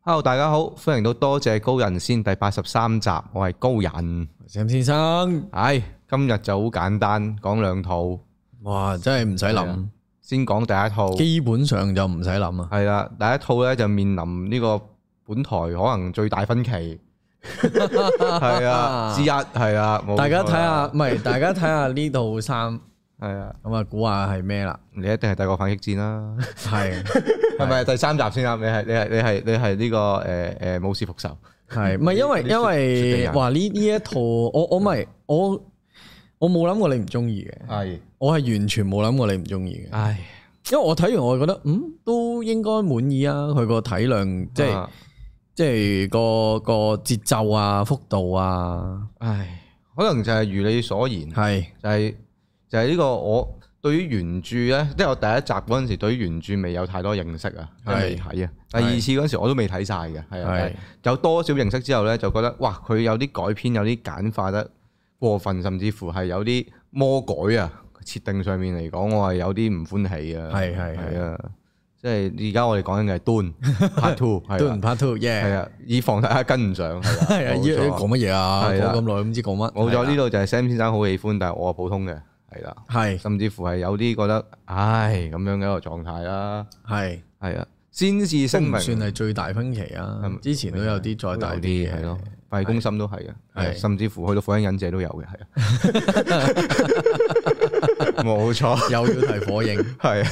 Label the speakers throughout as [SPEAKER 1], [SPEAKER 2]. [SPEAKER 1] Hello，大家好，歡迎到多謝高人先第八十三集，我係高人。
[SPEAKER 2] Sam 先生，
[SPEAKER 1] 唉，今日就好簡單，講兩套，
[SPEAKER 2] 哇，真係唔使
[SPEAKER 1] 係啊
[SPEAKER 2] 諗，
[SPEAKER 1] 先講第一套，
[SPEAKER 2] 基本上就唔使諗啊。
[SPEAKER 1] 係啦，第一套咧就面臨呢個本台可能最大分歧，係 啊之一，係啊，冇錯啦
[SPEAKER 2] 大家睇下，，唔係大家睇下呢套衫，
[SPEAKER 1] 係啊，
[SPEAKER 2] 咁啊估下係咩啦？
[SPEAKER 1] 你一定係第個反擊戰啦，
[SPEAKER 2] 係
[SPEAKER 1] 係咪第三集先啊？你係你係你係你係呢個誒誒武士復仇，
[SPEAKER 2] 係，唔係因為
[SPEAKER 1] 你
[SPEAKER 2] 因
[SPEAKER 1] 雪地
[SPEAKER 2] 為
[SPEAKER 1] 人
[SPEAKER 2] 哇呢呢一套，我我咪我我冇諗過你唔中意嘅，
[SPEAKER 1] 係，
[SPEAKER 2] 我係完全冇諗過你唔中意嘅，
[SPEAKER 1] 唉，
[SPEAKER 2] 因為我睇完我係覺得嗯都應該滿意啊，佢個體量即係
[SPEAKER 1] 啊
[SPEAKER 2] 即係個個節奏啊、幅度啊，
[SPEAKER 1] 唉，可能就係如你所言。啊
[SPEAKER 2] 係
[SPEAKER 1] 就係、就係、呢個我對於原著咧，即係我第一集嗰陣時對於原著未有太多認識啊，即係
[SPEAKER 2] 係
[SPEAKER 1] 未睇啊。第二次嗰陣時我都未睇晒嘅，係啊，
[SPEAKER 2] 係
[SPEAKER 1] 係有多少認識之後咧，就覺得哇，佢有啲改編有啲簡化得過分，甚至乎係有啲魔改啊。設定上面嚟講，我係有啲唔歡喜啊。
[SPEAKER 2] 係係係
[SPEAKER 1] 係啊，即係而家我哋講緊嘅係 Dune Part Two 係
[SPEAKER 2] 都
[SPEAKER 1] 啦
[SPEAKER 2] 唔，怕 two
[SPEAKER 1] 係
[SPEAKER 2] 耶，
[SPEAKER 1] 啊，以防大家跟唔上 係
[SPEAKER 2] 係
[SPEAKER 1] 啦
[SPEAKER 2] 啊，要。
[SPEAKER 1] 冇錯
[SPEAKER 2] 要講乜嘢啊？
[SPEAKER 1] 係啦
[SPEAKER 2] 講咁耐都唔知講乜，
[SPEAKER 1] 冇咗呢
[SPEAKER 2] 度
[SPEAKER 1] 度就係 Sam 先生好喜歡，但係我係普通嘅，係啦。
[SPEAKER 2] 係
[SPEAKER 1] 甚至乎係有啲覺得，唉咁樣嘅一個狀態啦，
[SPEAKER 2] 係。
[SPEAKER 1] 係啊，先至聲
[SPEAKER 2] 都
[SPEAKER 1] 明
[SPEAKER 2] 唔算係最大分歧啊
[SPEAKER 1] 嗯，
[SPEAKER 2] 之前都有啲再大
[SPEAKER 1] 有
[SPEAKER 2] 啲嘅，
[SPEAKER 1] 係咯，費公心都係嘅，係啊
[SPEAKER 2] 係
[SPEAKER 1] 甚至乎去到火影忍者都有嘅，係啊，啊 冇錯，
[SPEAKER 2] 又要提火影，
[SPEAKER 1] 係啊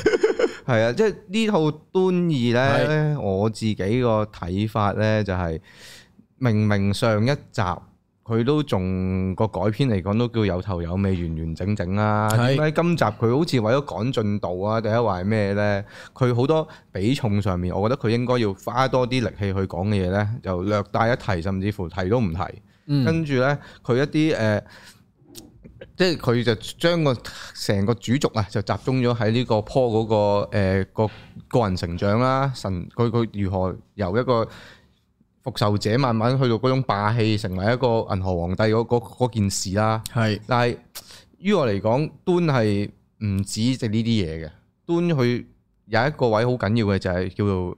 [SPEAKER 1] 係啊，即係呢套端義咧，我自己個睇法咧就係、明明上一集。佢都仲個改編嚟講都叫有頭有尾、完完整整啦。
[SPEAKER 2] 係
[SPEAKER 1] 點解今集佢好似為咗趕進度啊？第一話係咩呢？佢好多比重上面，我覺得佢應該要花多啲力氣去講嘅嘢呢，就略帶一提，甚至乎提都唔提。
[SPEAKER 2] 嗯
[SPEAKER 1] 跟住呢，佢一啲誒、呃即係佢就將個成個主軸啊，就集中咗喺呢個 Paul 嗰、個誒、呃、個個人成長啦，神佢佢如何由一個復仇者慢慢去到嗰種霸氣，成為一個銀河皇帝嗰嗰嗰件事啦。
[SPEAKER 2] 係
[SPEAKER 1] 但係於我嚟講，端係唔止就呢啲嘢嘅，端佢有一個位好緊要嘅就係叫做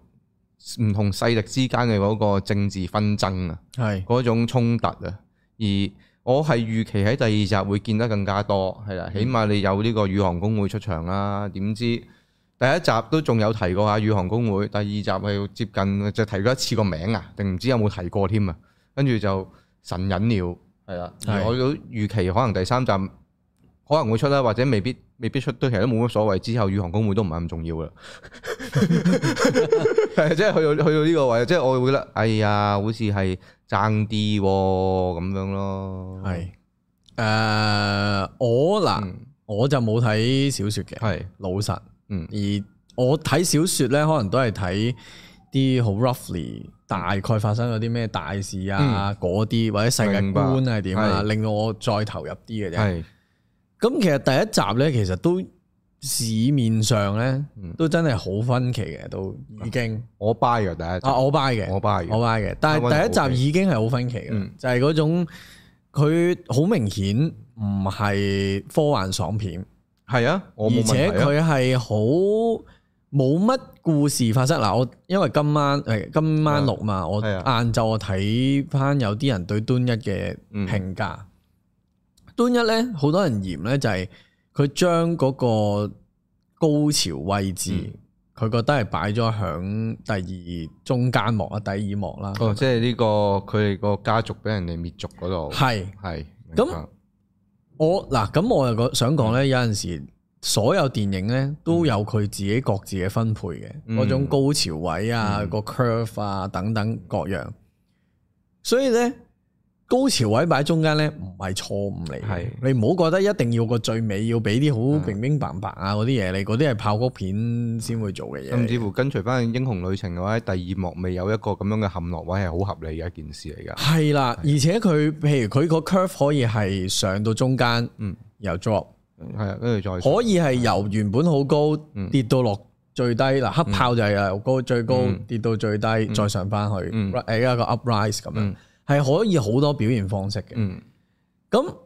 [SPEAKER 1] 唔同勢力之間嘅嗰個政治紛爭啊，
[SPEAKER 2] 係
[SPEAKER 1] 嗰種衝突啊。而我係預期喺第二集會見得更加多，係
[SPEAKER 2] 嗯
[SPEAKER 1] 啦，起碼你有呢個宇航工會出場啦。點知第一集都仲有提過下宇航工會，第二集係接近就提過一次個名啊，定唔知有冇提過添啊？跟住就神隱了，係啦。
[SPEAKER 2] 係
[SPEAKER 1] 而我都預期可能第三集可能會出啦，或者未必未必出都其實都冇乜所謂。之後宇航工會都唔係咁重要啦，係 即係去到去到呢個位，即係我會覺得哎呀，好似係爭啲喎咁樣咯。
[SPEAKER 2] 係誒，我嗱
[SPEAKER 1] 嗯
[SPEAKER 2] 我就冇睇小説嘅，
[SPEAKER 1] 係
[SPEAKER 2] 老實，
[SPEAKER 1] 嗯
[SPEAKER 2] 而我睇小説咧，可能都係睇啲好 roughly 大概發生咗啲咩大事啊，嗰啲或者世界
[SPEAKER 1] 嗯明白
[SPEAKER 2] 觀係點
[SPEAKER 1] 係
[SPEAKER 2] 啊，令到我再投入啲嘅啫。
[SPEAKER 1] 係
[SPEAKER 2] 咁其實第一集咧，其實都市面上咧
[SPEAKER 1] 嗯
[SPEAKER 2] 都真係好分歧嘅，都已經
[SPEAKER 1] 我 buy 嘅第一集
[SPEAKER 2] 啊，我 buy 嘅，
[SPEAKER 1] 我 buy 嘅
[SPEAKER 2] 我 buy 嘅，但係第一集已經係好分歧嘅，
[SPEAKER 1] 嗯
[SPEAKER 2] 就係嗰種佢好明顯唔係科幻爽片，
[SPEAKER 1] 係啊，我冇
[SPEAKER 2] 而
[SPEAKER 1] 問題
[SPEAKER 2] 且
[SPEAKER 1] 啊
[SPEAKER 2] 佢係好冇乜故事發生。嗱，我因為今晚誒今晚錄嘛，我
[SPEAKER 1] 係嗯啊
[SPEAKER 2] 晏晝我睇翻有啲人對端一嘅
[SPEAKER 1] 嗯
[SPEAKER 2] 評價，端一咧好多人嫌咧就係佢將嗰個高潮位置。
[SPEAKER 1] 嗯
[SPEAKER 2] 佢覺得係擺咗響第二中間幕啊，第二幕啦。
[SPEAKER 1] 哦，即係呢個佢哋個家族俾人哋滅族嗰度
[SPEAKER 2] 係
[SPEAKER 1] 係明
[SPEAKER 2] 咁
[SPEAKER 1] 白
[SPEAKER 2] 我嗱，咁我又覺想
[SPEAKER 1] 嗯
[SPEAKER 2] 講咧，有陣時所有電影咧都有佢自己各自嘅分配嘅，
[SPEAKER 1] 嗯
[SPEAKER 2] 嗰種高潮位啊、個 curve 啊等等各樣。所以咧，高潮位擺喺中間咧，唔係錯誤嚟
[SPEAKER 1] 係嗯
[SPEAKER 2] 嘅。你唔好覺得一定要個最尾要俾啲好平平白白啊嗰啲嘢，你嗰啲係爆谷片先會做嘅嘢嚟嘅。
[SPEAKER 1] 甚至乎跟隨翻《英雄旅程》嘅話，第二幕未有一個咁樣嘅陷落位係好合理嘅一件事嚟㗎。
[SPEAKER 2] 係啦，而且佢譬如佢個 curve 可以係上到中間，
[SPEAKER 1] 嗯，
[SPEAKER 2] 由 drop，
[SPEAKER 1] 係啊，跟住再
[SPEAKER 2] 可以係由原本好高
[SPEAKER 1] 嗯
[SPEAKER 2] 跌到落最低嗱，黑炮就係由高最高
[SPEAKER 1] 嗯
[SPEAKER 2] 跌到最低，再上翻去，
[SPEAKER 1] 嗯
[SPEAKER 2] 誒一個 uprise 咁樣
[SPEAKER 1] 嗯，
[SPEAKER 2] 係可以好多表現方式嘅。
[SPEAKER 1] 嗯
[SPEAKER 2] 咁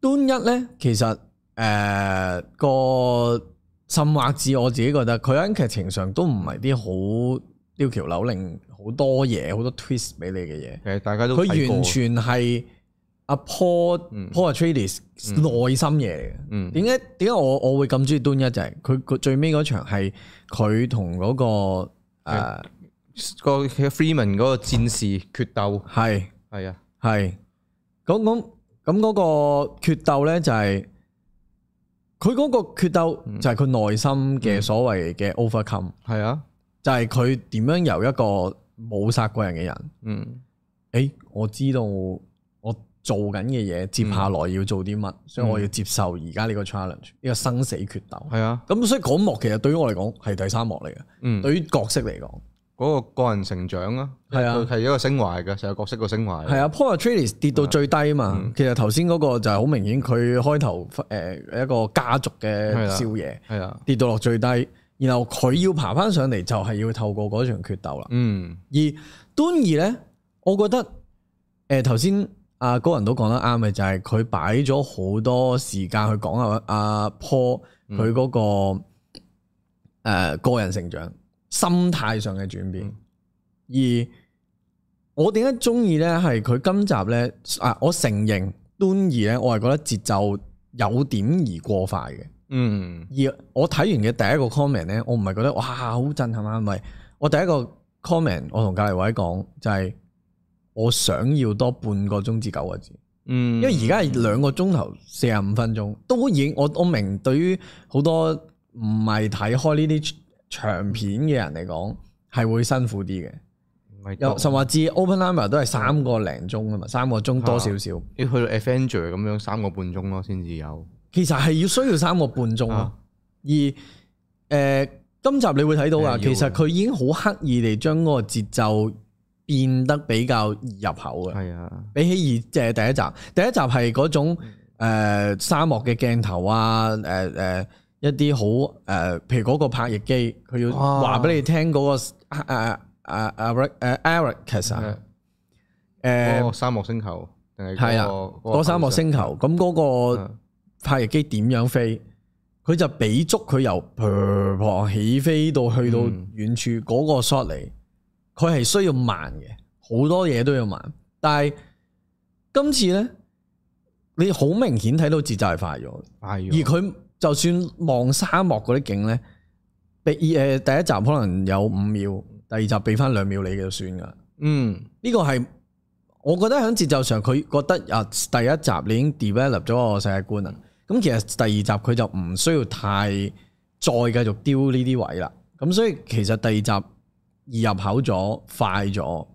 [SPEAKER 2] 端一咧，其實誒個甚或至我自己覺得佢喺劇情上都唔係啲好吊橋扭令好好多嘢，好多 twist 俾你嘅嘢。
[SPEAKER 1] 其實大家都
[SPEAKER 2] 佢
[SPEAKER 1] 睇過
[SPEAKER 2] 完全係阿 Paul
[SPEAKER 1] 嗯
[SPEAKER 2] Paul Atreides
[SPEAKER 1] 嗯
[SPEAKER 2] 內心嘢嚟嘅。
[SPEAKER 1] 嗯
[SPEAKER 2] 點解點解我我會咁中意端一就係佢佢最尾嗰場係佢同嗰個誒
[SPEAKER 1] 個 Freeman 嗰個戰士決鬥
[SPEAKER 2] 係
[SPEAKER 1] 係啊，
[SPEAKER 2] 係咁咁咁嗰個決鬥咧就係佢嗰個決鬥就係佢內心嘅所謂嘅 overcome，
[SPEAKER 1] 係啊，
[SPEAKER 2] 就係佢點樣由一個冇殺過人嘅人。
[SPEAKER 1] 嗯
[SPEAKER 2] 诶，我知道我做緊嘅嘢，接下來要做啲乜，所以我要接受而家呢個 challenge，呢個生死決鬥。
[SPEAKER 1] 係啊，
[SPEAKER 2] 咁所以嗰幕其實對於我嚟講係第三幕嚟嘅，
[SPEAKER 1] 嗯
[SPEAKER 2] 對於角色嚟講
[SPEAKER 1] 嗰個個人成長啊，
[SPEAKER 2] 係啊
[SPEAKER 1] 佢係一個升華嘅，成個角色個升華嘅，
[SPEAKER 2] 係啊 p o r t r a i s 跌到最低嘛。
[SPEAKER 1] 嗯
[SPEAKER 2] 其實頭先嗰個就係好明顯，佢開頭诶一個家族嘅
[SPEAKER 1] 係啦
[SPEAKER 2] 少爺
[SPEAKER 1] 係啊，
[SPEAKER 2] 跌到落最低，然後佢要爬翻上嚟就係要透過嗰場決鬥啦。
[SPEAKER 1] 嗯
[SPEAKER 2] 而端兒咧，我覺得誒頭先阿高人都講得啱嘅，就係佢擺咗好多時間去講阿阿 Paul 佢嗰個誒、呃、個人成長、心態上嘅轉變。而我點解中意咧？係佢今集咧啊！我承認端兒咧，我係覺得節奏有點而過快嘅。
[SPEAKER 1] 嗯
[SPEAKER 2] 而我睇完嘅第一個 comment 咧，我唔係覺得哇好震撼啊，唔係我第一個 comment 我同隔離位講就係、我想要多半個鐘至九個字，
[SPEAKER 1] 嗯，
[SPEAKER 2] 因為而家係兩個鐘頭四十五分鐘，都已經我我明對於好多唔係睇開呢啲長片嘅人嚟講係會辛苦啲嘅，
[SPEAKER 1] 唔係
[SPEAKER 2] 又
[SPEAKER 1] 多
[SPEAKER 2] 甚至 Open Number 都係三個零鐘啊嘛，三個鐘多少少，
[SPEAKER 1] 要去到 Avenger 咁樣三個半鐘咯，先至有
[SPEAKER 2] 其實係要需要三個半鐘咯
[SPEAKER 1] 啊。
[SPEAKER 2] 而誒、呃今集你會睇到啊，
[SPEAKER 1] 係要
[SPEAKER 2] 其實佢已經好刻意地將嗰個節奏變得比較易入口嘅，
[SPEAKER 1] 係啊，
[SPEAKER 2] 比起以誒第一集，第一集係嗰種、
[SPEAKER 1] 嗯
[SPEAKER 2] 呃、沙漠嘅鏡頭啊，誒、呃、誒、一啲好誒，譬如嗰個拍翼機，佢要
[SPEAKER 1] 哇
[SPEAKER 2] 話俾你聽嗰、個啊誒誒誒誒 Ericus 啊，
[SPEAKER 1] 嗯嗰
[SPEAKER 2] 誒
[SPEAKER 1] 個沙漠星球定係
[SPEAKER 2] 係
[SPEAKER 1] 嗰
[SPEAKER 2] 啦
[SPEAKER 1] 個
[SPEAKER 2] 嗰沙漠星球，咁嗰、個。
[SPEAKER 1] 嗯
[SPEAKER 2] 太陽機點樣飛，佢就俾足佢由噗噗起飛到去到
[SPEAKER 1] 嗯
[SPEAKER 2] 遠處嗰個 shot 嚟，佢係需要慢嘅，好多嘢都要慢。但係今次呢，你好明顯睇到節奏係快咗，
[SPEAKER 1] 快
[SPEAKER 2] 而
[SPEAKER 1] 咗
[SPEAKER 2] 佢就算望沙漠嗰啲景呢，俾誒第一集可能有五秒，第二集俾翻兩秒你就算㗎啦。
[SPEAKER 1] 嗯
[SPEAKER 2] 呢個係我覺得喺節奏上，佢覺得啊第一集你已經 develop 咗個世界觀啦。咁其實第二集佢就唔需要太再繼續丟呢啲位啦。咁所以其實第二集易入口咗，快咗，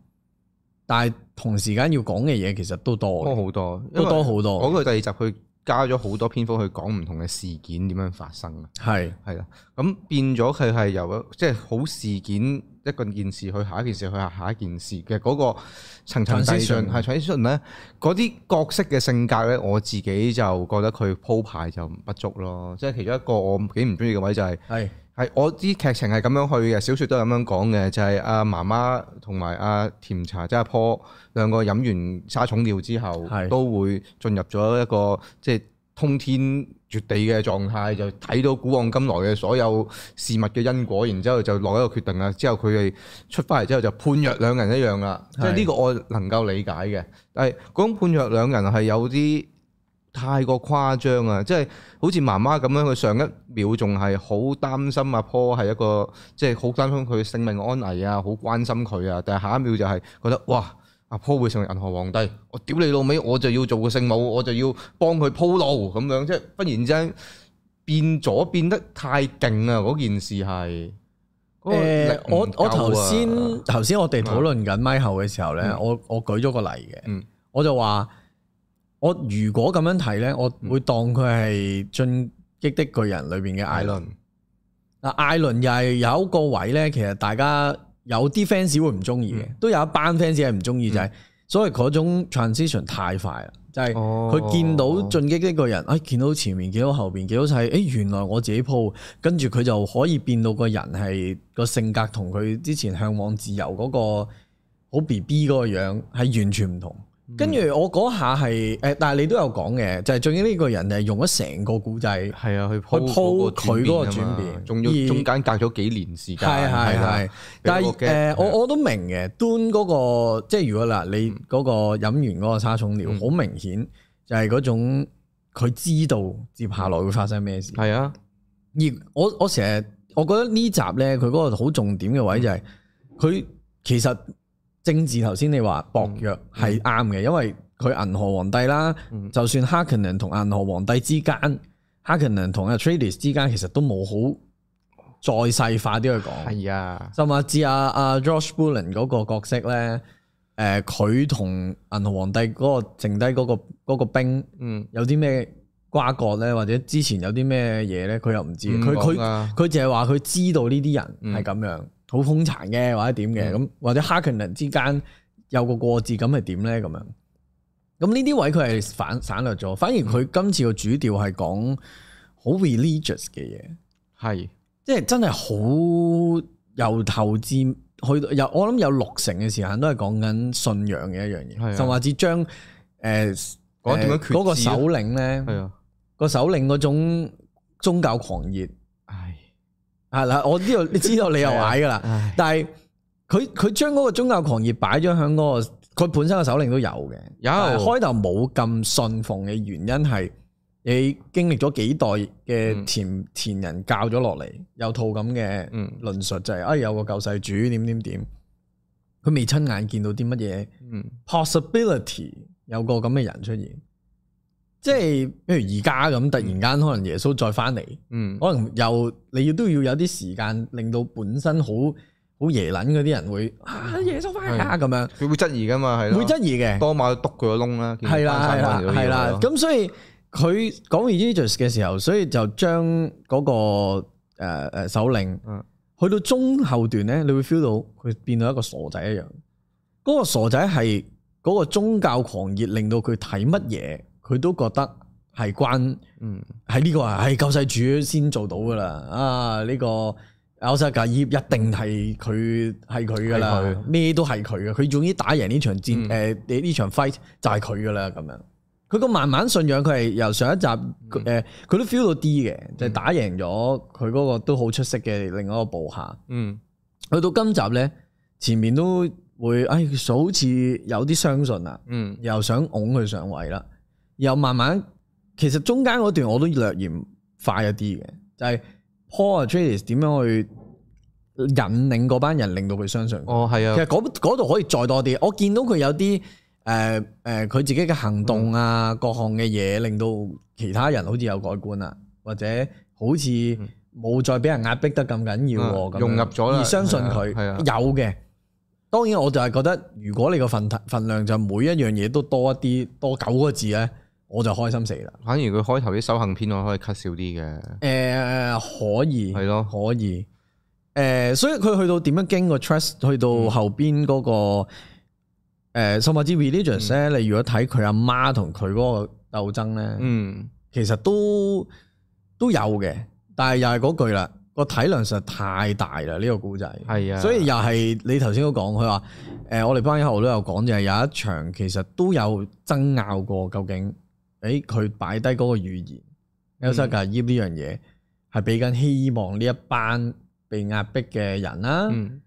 [SPEAKER 2] 但係同時間要講嘅嘢其實都多
[SPEAKER 1] 多
[SPEAKER 2] 嘅，
[SPEAKER 1] 哦好多，因
[SPEAKER 2] 都
[SPEAKER 1] 為
[SPEAKER 2] 多好
[SPEAKER 1] 我覺得
[SPEAKER 2] 多，
[SPEAKER 1] 第二集佢加咗好多篇幅去講唔同嘅事件點樣發生啊。
[SPEAKER 2] 係
[SPEAKER 1] 係啦，咁變咗佢係由一即係好事件一個件事去下一件事去下一件事嘅嗰個層層遞進
[SPEAKER 2] Transition
[SPEAKER 1] 係 transition 咧，嗰啲角色嘅性格咧，我自己就覺得佢鋪排就不足咯。即係其中一個我幾唔中意嘅位就係、
[SPEAKER 2] 係
[SPEAKER 1] 係我啲劇情係咁樣去嘅，小説都係咁樣講嘅，就係、阿媽媽同埋阿甜茶即係阿婆兩個飲完沙蟲尿之後
[SPEAKER 2] 係，
[SPEAKER 1] 都會進入咗一個即係通天絕地嘅狀態，就睇到古往今來嘅所有事物嘅因果，然之後就落一個決定啦。之後佢哋出翻嚟之後就判若兩人一樣啦，即係
[SPEAKER 2] 係
[SPEAKER 1] 呢個我能夠理解嘅。但係嗰種判若兩人係有啲太過誇張啊！即係好似媽媽咁樣，佢上一秒仲係好擔心阿 Paul 係一個即係好擔心佢性命安危啊，好關心佢啊，但係下一秒就係覺得哇！阿 Paul 會成為銀河皇帝，我屌你老味，我就要做個聖母，我就要幫佢鋪路咁樣，即係忽然之間變咗變得太勁啊！嗰件事係嗰個力
[SPEAKER 2] 誒
[SPEAKER 1] 唔
[SPEAKER 2] 我我
[SPEAKER 1] 夠啊
[SPEAKER 2] 頭先頭先我哋討論緊咪後嘅時候咧
[SPEAKER 1] 嗯，
[SPEAKER 2] 我我舉咗個例嘅。
[SPEAKER 1] 嗯
[SPEAKER 2] 我就話：我如果咁樣睇咧，我
[SPEAKER 1] 嗯
[SPEAKER 2] 會當佢係《進擊的巨人》裏邊嘅艾
[SPEAKER 1] 艾
[SPEAKER 2] 倫。
[SPEAKER 1] 倫
[SPEAKER 2] 嗱，艾倫又係有一個位咧，其實大家有啲 fans 會唔中意嘅，都有一班 fans 係唔中意，就係所謂嗰種 transition 太快啦，就係
[SPEAKER 1] 哦
[SPEAKER 2] 佢見到《進擊的巨人》，哎，見到前面，見到後邊，見到晒，哎，原來我自己鋪，跟住佢就可以變到個人係個性格同佢之前向往自由嗰個好 B B 嗰個樣係完全唔同。跟住我嗰下係誒，但係你都有講嘅，就係最緊呢個人係用咗成個古仔，
[SPEAKER 1] 係啊，去
[SPEAKER 2] 去
[SPEAKER 1] 啊鋪
[SPEAKER 2] 鋪
[SPEAKER 1] 佢嗰
[SPEAKER 2] 佢嗰
[SPEAKER 1] 個轉
[SPEAKER 2] 個轉
[SPEAKER 1] 變，
[SPEAKER 2] 變
[SPEAKER 1] 仲要
[SPEAKER 2] 而
[SPEAKER 1] 中間隔咗幾年時間，
[SPEAKER 2] 係係
[SPEAKER 1] 啦
[SPEAKER 2] 係。但係誒、呃我我都明嘅，端嗰、個即係如果嗱，你嗰個飲完嗰個沙蟲料，
[SPEAKER 1] 嗯
[SPEAKER 2] 好、明顯就係嗰種佢知道接下來會發生咩事。
[SPEAKER 1] 係啊，
[SPEAKER 2] 而我我成日我覺得呢集咧，佢嗰個好重點嘅位
[SPEAKER 1] 嗯
[SPEAKER 2] 就係、佢其實政治頭先你話薄弱係啱嘅，因為佢銀河皇帝啦，
[SPEAKER 1] 嗯
[SPEAKER 2] 就算哈 a 人同銀河皇帝之間，哈 a 人同阿 Trades 之間，其實都冇好再細化啲去講。
[SPEAKER 1] 係啊，
[SPEAKER 2] 甚至阿阿 Josh Brolin 嗰個角色咧，誒佢同銀河皇帝嗰個剩低嗰、個嗰個兵
[SPEAKER 1] 嗯，
[SPEAKER 2] 有啲咩瓜葛咧，或者之前有啲咩嘢咧，佢又嗯唔知。佢佢
[SPEAKER 1] 佢
[SPEAKER 2] 佢就係話佢知道呢啲
[SPEAKER 1] 嗯
[SPEAKER 2] 人係咁樣，好兇殘嘅或者點嘅咁，或者 h a r k e n 人之間有個過節咁係點咧咁樣。咁呢啲位佢係反省略咗，反而佢今次個主調係講好 religious 嘅嘢，
[SPEAKER 1] 係
[SPEAKER 2] 即係真係好由頭至去到有我諗有六成嘅時間都係講緊信仰嘅一樣
[SPEAKER 1] 係啊
[SPEAKER 2] 嘢，甚至將
[SPEAKER 1] 講點樣決
[SPEAKER 2] 誒誒
[SPEAKER 1] 志
[SPEAKER 2] 嗰個
[SPEAKER 1] 啊
[SPEAKER 2] 首領
[SPEAKER 1] 係
[SPEAKER 2] 咧，
[SPEAKER 1] 啊，
[SPEAKER 2] 個首領嗰種宗教狂熱。
[SPEAKER 1] 唉
[SPEAKER 2] 係啦，我知道你知道你又矮噶啦，
[SPEAKER 1] 唉，
[SPEAKER 2] 但係佢佢將嗰個宗教狂熱擺咗喺嗰個，佢本身個首領都有嘅，
[SPEAKER 1] 有
[SPEAKER 2] 但係開頭冇咁信奉嘅原因係你經歷咗幾代
[SPEAKER 1] 嗯
[SPEAKER 2] 嘅前前人教咗落嚟，有套咁嘅
[SPEAKER 1] 嗯
[SPEAKER 2] 論述就係、啊有個救世主點點點，佢未親眼見到啲乜嘢
[SPEAKER 1] 嗯
[SPEAKER 2] possibility 有個咁嘅人出現，即係譬如而家咁突然間可能耶穌再翻嚟。
[SPEAKER 1] 嗯，
[SPEAKER 2] 可能又你都要有啲時間，令到本身好好耶撚嗰啲人會啊耶穌翻嚟啊咁樣，
[SPEAKER 1] 佢會質疑噶嘛，嗯係咯
[SPEAKER 2] 會質疑嘅，
[SPEAKER 1] 多馬都篤佢個窿啦，見佢
[SPEAKER 2] 係啦
[SPEAKER 1] 翻山
[SPEAKER 2] 係啦
[SPEAKER 1] 嗰陣時都要
[SPEAKER 2] 係啦。咁所以佢講 religious 嘅時候，所以就將嗰個誒誒首領
[SPEAKER 1] 嗯
[SPEAKER 2] 去到中後段咧，你會 feel 到佢變到一個傻仔一樣。嗰個傻仔係嗰個宗教狂熱，令到佢睇乜嘢佢都覺得係關。
[SPEAKER 1] 嗯
[SPEAKER 2] 喺呢個啊，係救世主先做到噶啦。啊，呢、個奧沙格爾一定係佢係佢噶
[SPEAKER 1] 係
[SPEAKER 2] 啦
[SPEAKER 1] 佢，
[SPEAKER 2] 咩都係佢嘅。佢總之打贏呢場
[SPEAKER 1] 嗯
[SPEAKER 2] 戰，誒呢、場 fight 就係佢噶啦咁樣。佢個慢慢信仰，佢係由上一集誒，
[SPEAKER 1] 嗯
[SPEAKER 2] 佢、佢都 feel 到啲嘅，就係打贏咗佢嗰個都好出色嘅另外一個部下。
[SPEAKER 1] 嗯
[SPEAKER 2] 去到今集咧，前面都會，唉、好似有啲相信啊啦。
[SPEAKER 1] 嗯
[SPEAKER 2] 又想拱佢上位啦，又慢慢其實中間嗰段我都略嫌快一啲嘅，就係、Paul Atreides 點樣去引領嗰班人，令到佢相信佢。
[SPEAKER 1] 哦係
[SPEAKER 2] 其
[SPEAKER 1] 啊，
[SPEAKER 2] 實嗰嗰度可以再多啲，我見到佢有啲誒誒佢自己嘅行動
[SPEAKER 1] 嗯
[SPEAKER 2] 啊，各項嘅嘢令到其他人好似有改觀啦，或者好似冇再俾人壓迫得咁緊要
[SPEAKER 1] 嗯
[SPEAKER 2] 喎，咁樣
[SPEAKER 1] 融入咗啦
[SPEAKER 2] 而相信佢
[SPEAKER 1] 係啊係啊
[SPEAKER 2] 有嘅。當然我就係覺得，如果你個份份量就每一樣嘢都多一啲，多九個字咧，我就開心死啦。
[SPEAKER 1] 反而佢開頭啲修行篇我可以 cut 少啲嘅，
[SPEAKER 2] 誒、呃可以
[SPEAKER 1] 係咯
[SPEAKER 2] 可以。誒、呃所以佢去到點樣經過 trust，去到
[SPEAKER 1] 嗯
[SPEAKER 2] 後邊嗰、個誒、甚至 religious 咧、你如果睇佢阿媽同佢嗰個鬥爭咧，
[SPEAKER 1] 嗯
[SPEAKER 2] 其實都都有嘅，但係又係嗰句啦，個體量實在太大啦，呢、個古仔。
[SPEAKER 1] 係啊，
[SPEAKER 2] 所以又係你頭先都講，佢話誒，我哋班友後都有講，就係有一場其實都有爭拗過，究竟誒佢擺低嗰個語言，
[SPEAKER 1] 嗯
[SPEAKER 2] 優沙格爾呢樣嘢係俾緊希望呢一班被壓迫嘅人啦，
[SPEAKER 1] 嗯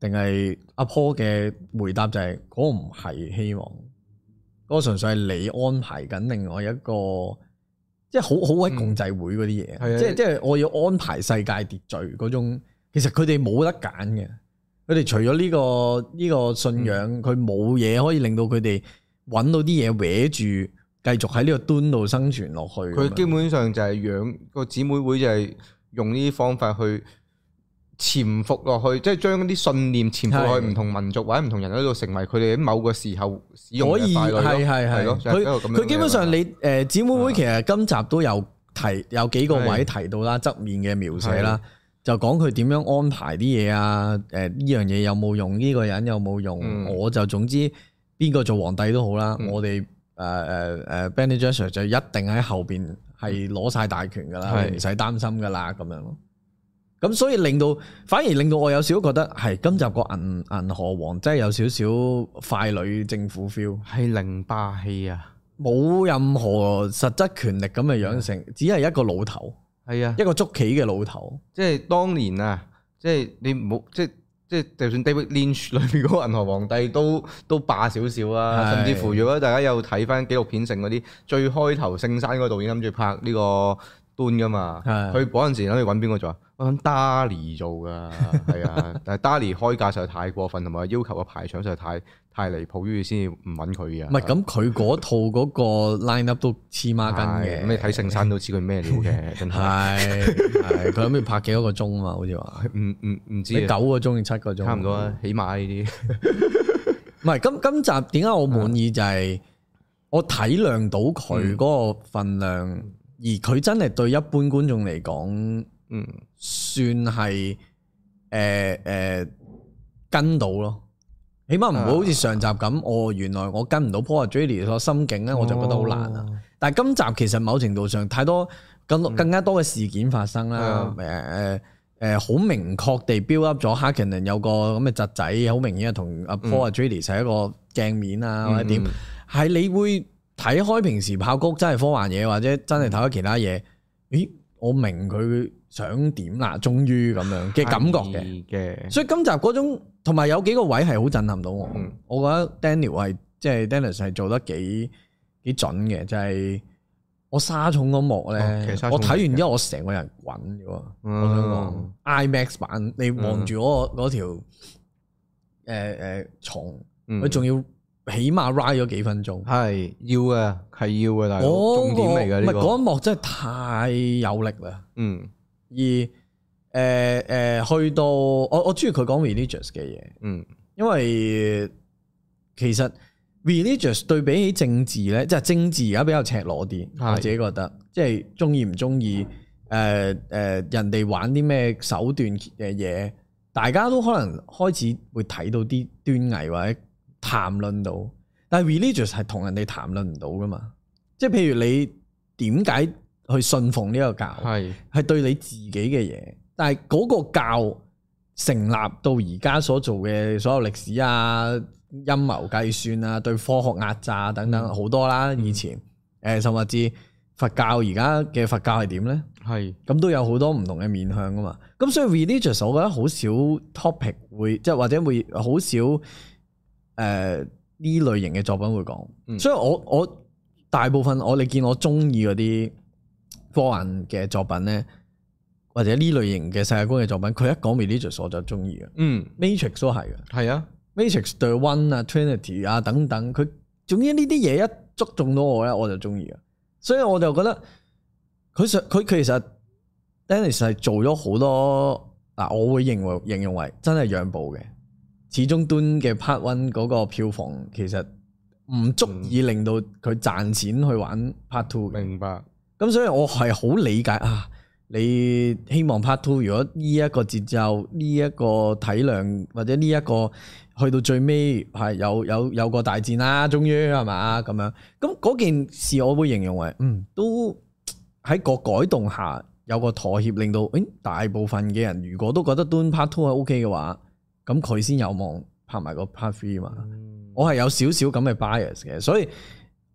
[SPEAKER 2] 定係阿 Paul 嘅回答就係嗰個唔係希望，嗰個純粹係你安排緊另外一個。即係好好鬼共濟會嗰啲嘢，
[SPEAKER 1] 係啊
[SPEAKER 2] 即係即係我要安排世界秩序嗰種，其實佢哋冇得揀嘅。佢哋除咗呢、個呢、個信仰，
[SPEAKER 1] 嗯
[SPEAKER 2] 佢冇嘢可以令到佢哋揾到啲嘢搲住，繼續喺呢個端度生存落去咁樣。
[SPEAKER 1] 佢基本上就係養個姊妹會，就係用呢啲方法去潛伏落去，即係將啲信念潛伏落去
[SPEAKER 2] 係
[SPEAKER 1] 唔同民族或者唔同人嗰度，成為佢哋喺某個時候使用
[SPEAKER 2] 可
[SPEAKER 1] 嘅
[SPEAKER 2] 以
[SPEAKER 1] 傀儡咯
[SPEAKER 2] 係係
[SPEAKER 1] 係
[SPEAKER 2] 係
[SPEAKER 1] 咯，就係一個咁樣
[SPEAKER 2] 佢佢基本上
[SPEAKER 1] 嘅啊
[SPEAKER 2] 你誒姊妹會其實今集都有提有幾個位提到啦，側面嘅描寫啦，就講佢點樣安排啲嘢啊，誒呢樣嘢有冇用，呢個人有冇用
[SPEAKER 1] 嗯，
[SPEAKER 2] 我就總之邊個做皇帝都好啦，
[SPEAKER 1] 嗯
[SPEAKER 2] 我哋誒誒誒 Benny j e s s e r 就一定喺後邊係攞晒大權噶啦，
[SPEAKER 1] 係
[SPEAKER 2] 你唔使擔心噶啦咁樣咯。咁所以令到反而令到我有少少覺得係今集個銀銀河王真係有少少快女政府 feel，
[SPEAKER 1] 係零霸氣啊，
[SPEAKER 2] 冇任何實質權力咁嘅養成，
[SPEAKER 1] 嗯
[SPEAKER 2] 只係一個老頭，
[SPEAKER 1] 係啊，
[SPEAKER 2] 一個捉棋嘅老頭。
[SPEAKER 1] 即係當年啊，即係你唔好即係。即係就算 David Lynch 裏邊嗰個銀河皇帝都 都霸少少啊，
[SPEAKER 2] 係
[SPEAKER 1] 甚至乎如果大家有睇翻紀錄片性嗰啲，最開頭聖山嗰個導演諗住拍呢個端噶嘛，
[SPEAKER 2] 係
[SPEAKER 1] 佢嗰陣時諗住揾邊個做啊？我揾 Dali 做㗎， 係啊，但係 Dali 開價實在太過分，同埋要求個排場實在太太離譜，於是先至唔揾佢啊。
[SPEAKER 2] 唔係咁，佢嗰套嗰個 line up 都黐孖
[SPEAKER 1] 係
[SPEAKER 2] 筋嘅。
[SPEAKER 1] 咁你睇聖山都知佢咩料嘅，真係
[SPEAKER 2] 係係佢諗住拍幾多個鐘啊嘛？好似話
[SPEAKER 1] 唔唔唔知啊
[SPEAKER 2] 你九個鐘定七個鐘，
[SPEAKER 1] 差唔多啊，起碼呢啲
[SPEAKER 2] 唔係今今集點解我滿意就係
[SPEAKER 1] 嗯
[SPEAKER 2] 我體諒到佢嗰個份量，而佢真係對一般觀眾嚟講，
[SPEAKER 1] 嗯
[SPEAKER 2] 算係誒誒跟到咯。起碼唔會好似上集咁，我、原來我跟唔到 Paul 啊 Julie 個心境咧，我就覺得好難啊。
[SPEAKER 1] 哦
[SPEAKER 2] 但係今集其實某程度上太多更更加多嘅事件發生啦
[SPEAKER 1] 嗯，
[SPEAKER 2] 誒誒誒好明確地 build up 咗 Harkonnen 有個咁嘅侄仔，好明顯係同阿 Paul 啊 Julie 係一個鏡面啊或者點，
[SPEAKER 1] 嗯
[SPEAKER 2] 係你會睇開平時爆谷真係科幻嘢或者真係睇開其他嘢，咦我明佢想點啦，終於咁樣嘅感覺嘅。
[SPEAKER 1] 係嘅。
[SPEAKER 2] 所以今集嗰種同埋有幾個位係好震撼到我，
[SPEAKER 1] 嗯
[SPEAKER 2] 我覺得 Daniel 係即係 Dennis 係做得幾幾準嘅，就係、我沙蟲嗰幕咧，
[SPEAKER 1] 哦其實沙蟲
[SPEAKER 2] 我睇完之後我成個人滾咗喎，我
[SPEAKER 1] 嗯
[SPEAKER 2] 想講 IMAX 版，你望住嗰個嗰條誒誒蟲，
[SPEAKER 1] 嗯
[SPEAKER 2] 佢仲要起碼 ride 咗幾分鐘。
[SPEAKER 1] 係要嘅，係要嘅，大佬
[SPEAKER 2] 嗰
[SPEAKER 1] 重
[SPEAKER 2] 個
[SPEAKER 1] 點嚟嘅
[SPEAKER 2] 唔
[SPEAKER 1] 呢
[SPEAKER 2] 係嗰
[SPEAKER 1] 個。
[SPEAKER 2] 一幕真係太有力啦！
[SPEAKER 1] 嗯
[SPEAKER 2] 而誒誒、呃呃去到我我中意佢講 religious 嘅嘢，
[SPEAKER 1] 嗯
[SPEAKER 2] 因為其實 religious 對比起政治咧，即係政治而家比較赤裸啲，
[SPEAKER 1] 係
[SPEAKER 2] 我自己覺得，即係中意唔中意，誒、誒、人哋玩啲咩手段嘅嘢，大家都可能開始會睇到啲端倪或者談論到，但係 religious 係同人哋談論唔到噶嘛，即係譬如你點解去信奉呢個教？
[SPEAKER 1] 係
[SPEAKER 2] 係對你自己嘅嘢，但係嗰個教成立到而家所做嘅所有歷史啊、陰謀計算啊、對科學壓榨啊等等好多啦，以前誒甚至佛教而家嘅佛教係點呢？
[SPEAKER 1] 係
[SPEAKER 2] 咁都有好多唔同嘅面向噶嘛。咁所以 religious 我覺得好少 topic 會即係或者會好少誒呢類型嘅作品會講。
[SPEAKER 1] 嗯
[SPEAKER 2] 所以我我大部分我你見我中意嗰啲科幻嘅作品咧，或者呢類型嘅世界觀嘅作品，佢一講 religious 我就中意嘅。
[SPEAKER 1] 嗯
[SPEAKER 2] Matrix 都係嘅
[SPEAKER 1] 係啊，
[SPEAKER 2] ，Matrix The One 啊、Trinity 啊等等，佢總之呢啲嘢一捉中到我咧，我就中意嘅。所以我就覺得佢實佢其實 Dennis 係做咗好多嗱，我會認為形容為真係讓步嘅。始終端嘅 Part One 嗰個票房其實唔足以令到佢賺錢去玩 Part Two 嘅。
[SPEAKER 1] 明白。
[SPEAKER 2] 咁所以我係好理解啊，你希望 part two 如果呢一個節奏、呢、一個體量或者呢、一個去到最尾係有有有個大戰啦，終於係嘛咁樣。咁嗰件事我會形容為，嗯，都喺個改動下有個妥協，令到誒大部分嘅人如果都覺得 d part two 係 OK 嘅話，咁佢先有望拍埋個 part three 嘛。
[SPEAKER 1] 嗯
[SPEAKER 2] 我係有少少咁嘅 bias 嘅，所以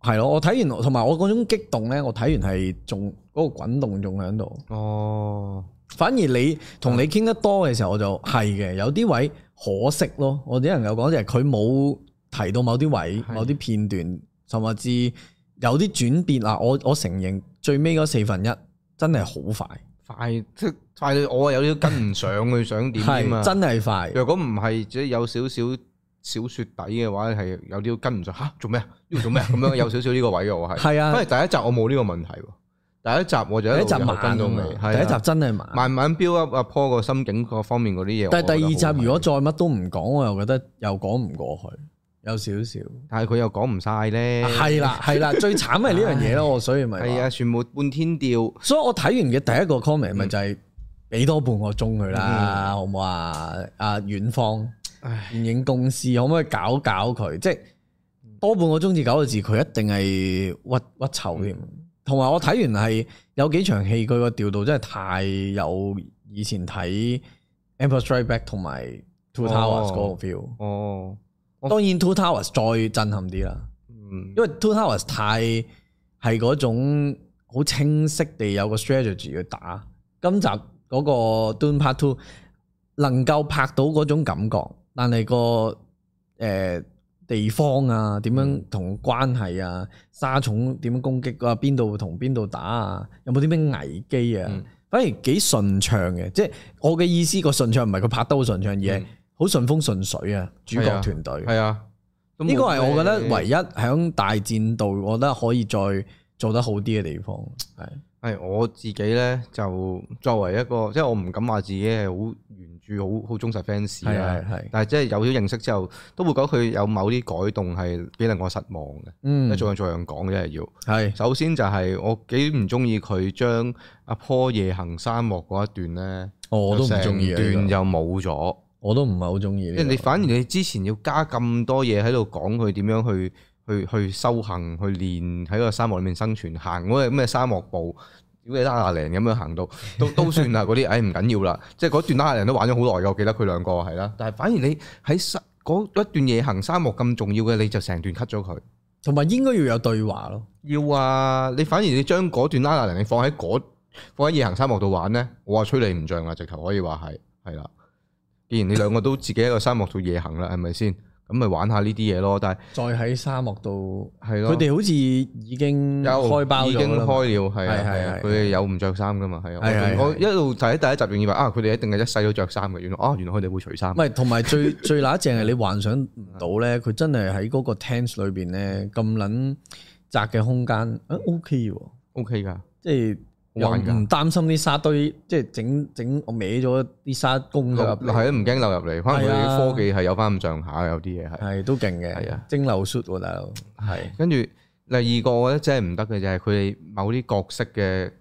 [SPEAKER 2] 係咯，我睇完同埋我嗰種激動咧，我睇完係仲嗰個滾動仲喺度。
[SPEAKER 1] 哦，
[SPEAKER 2] 反而你
[SPEAKER 1] 嗯
[SPEAKER 2] 同你傾得多嘅時候，我就係嘅，有啲位可惜咯。我只能夠講就係佢冇提到某啲位、
[SPEAKER 1] 係
[SPEAKER 2] 某啲片段，甚至有啲轉變啊！我我承認最尾嗰四分一真係好快，
[SPEAKER 1] 快即係快到我有啲跟唔上佢想點添啊！
[SPEAKER 2] 係真係快。
[SPEAKER 1] 若果唔係即係有少少小雪底嘅話，係有啲跟唔上吓做咩啊？呢度做咩 啊？咁樣有少少呢個位嘅我係。
[SPEAKER 2] 係啊
[SPEAKER 1] 反而第一集我冇呢個問題喎，第一集我就
[SPEAKER 2] 第
[SPEAKER 1] 一
[SPEAKER 2] 一
[SPEAKER 1] 路
[SPEAKER 2] 集
[SPEAKER 1] 由頭
[SPEAKER 2] 慢啊
[SPEAKER 1] 跟到
[SPEAKER 2] 嘛
[SPEAKER 1] 尾，
[SPEAKER 2] 第
[SPEAKER 1] 係
[SPEAKER 2] 一
[SPEAKER 1] 啊
[SPEAKER 2] 集真係慢。
[SPEAKER 1] 慢慢 build up 阿 Paul 個心境各方面嗰啲嘢。
[SPEAKER 2] 但
[SPEAKER 1] 我覺得
[SPEAKER 2] 係第
[SPEAKER 1] 好
[SPEAKER 2] 二集
[SPEAKER 1] 睇
[SPEAKER 2] 如果再乜都唔講，我又覺得又講唔過去，有少少。
[SPEAKER 1] 但係佢又講唔晒咧，
[SPEAKER 2] 係啦，係啦，最慘係呢樣嘢咯，我所以
[SPEAKER 1] 嗯
[SPEAKER 2] 咪
[SPEAKER 1] 係啊，嗯
[SPEAKER 2] 話，
[SPEAKER 1] 全部半天吊。
[SPEAKER 2] 所以我睇完嘅第一個 comment 咪就係俾多半個鐘佢啦，好唔好啊？啊，遠方
[SPEAKER 1] 嗯唉
[SPEAKER 2] 電影公司可唔可以搞搞佢？即係多半個鐘至九個字，佢一定係屈屈
[SPEAKER 1] 嗯
[SPEAKER 2] 臭添。同埋我睇完係有幾場戲，佢個調度真係太有以前睇 Empire Strikes Back 同埋 Two Towers 嗰個 feel。
[SPEAKER 1] 哦，哦
[SPEAKER 2] 當然 Two Towers 再震撼啲啦，
[SPEAKER 1] 嗯
[SPEAKER 2] 因為 Two Towers 太係嗰種好清晰地有個 strategy 去打。今集嗰個 Dune Part Two 能夠拍到嗰種感覺，但係個誒地方啊，點
[SPEAKER 1] 嗯
[SPEAKER 2] 樣同關係啊，沙蟲點樣攻擊啊，邊度同邊度打啊，有冇啲咩危機啊？
[SPEAKER 1] 嗯
[SPEAKER 2] 反而幾順暢嘅，即係我嘅意思個順暢唔係佢拍得好順暢，而係
[SPEAKER 1] 嗯
[SPEAKER 2] 好順風順水啊！主
[SPEAKER 1] 係啊
[SPEAKER 2] 角團隊
[SPEAKER 1] 係啊，都冇
[SPEAKER 2] 呢個係我覺得
[SPEAKER 1] 咩
[SPEAKER 2] 唯一喺大戰度，我覺得可以再做得好啲嘅地方。係
[SPEAKER 1] 係我自己咧，就作為一個即係我唔敢話自己係好原著好好忠實 fans
[SPEAKER 2] 係
[SPEAKER 1] 啦
[SPEAKER 2] 係，係，
[SPEAKER 1] 但係即係有咗認識之後，都會覺得佢有某啲改動係幾令我失望嘅。即
[SPEAKER 2] 嗯
[SPEAKER 1] 係，做樣做樣講真係要。
[SPEAKER 2] 係
[SPEAKER 1] 首先就係我幾唔中意佢將阿坡夜行沙漠嗰一段咧，
[SPEAKER 2] 我都唔中意啊
[SPEAKER 1] 就成段
[SPEAKER 2] 呢個
[SPEAKER 1] 又冇咗。
[SPEAKER 2] 我都唔係好中意呢
[SPEAKER 1] 即
[SPEAKER 2] 個。
[SPEAKER 1] 係你反而你之前要加咁多嘢喺度講佢點樣去去去修行、去練喺個沙漠裏面生存、行嗰個咩沙漠步，屌你拉下零咁樣行到都都算啦嗰啲，唉唔緊要啦。即係嗰段拉下零都玩咗好耐㗎，我記得佢兩個係啦。但係反而你喺沙嗰一段夜行沙漠咁重要嘅，你就成段 cut 咗佢。
[SPEAKER 2] 同埋應該要有對話咯。
[SPEAKER 1] 要啊！你反而你將嗰段拉拉零，你放喺嗰放喺夜行沙漠度玩咧，我話吹你唔漲啦，直頭可以話係係啦。既然你兩個都自己喺個沙漠度夜行啦，係咪先？咁咪玩下呢啲嘢咯。但係
[SPEAKER 2] 再喺沙漠度，
[SPEAKER 1] 係咯，
[SPEAKER 2] 佢哋好似已經
[SPEAKER 1] 有
[SPEAKER 2] 開包
[SPEAKER 1] 已
[SPEAKER 2] 咗
[SPEAKER 1] 經
[SPEAKER 2] 啦
[SPEAKER 1] 開
[SPEAKER 2] 嘛。
[SPEAKER 1] 了，係啊
[SPEAKER 2] 係係
[SPEAKER 1] 係啊
[SPEAKER 2] 係，
[SPEAKER 1] 佢哋有唔着衫噶嘛，係
[SPEAKER 2] 係
[SPEAKER 1] 啊。
[SPEAKER 2] 係
[SPEAKER 1] 我我一路睇第一集仲以為啊，佢哋一定係一世都着衫嘅，原來啊，原來佢哋會除衫
[SPEAKER 2] 唔。係，同埋 最最乸正係你幻想唔到咧，佢真係喺嗰個 tent 裏邊咧咁撚窄嘅空間，啊 OK 喎。
[SPEAKER 1] O K 㗎，
[SPEAKER 2] 即係又
[SPEAKER 1] 玩㗎
[SPEAKER 2] 唔擔心啲沙堆，即係整整我歪咗啲沙公咗
[SPEAKER 1] 流
[SPEAKER 2] 入
[SPEAKER 1] 入
[SPEAKER 2] 嚟，
[SPEAKER 1] 係啊，唔驚流入嚟，可能佢
[SPEAKER 2] 係啊
[SPEAKER 1] 哋啲科技係有翻咁上下，有啲嘢係。
[SPEAKER 2] 係都勁嘅，
[SPEAKER 1] 係啊，
[SPEAKER 2] 蒸餾 s 喎大佬，係
[SPEAKER 1] 跟住第二個我覺得真係唔得嘅就係佢哋某啲角色嘅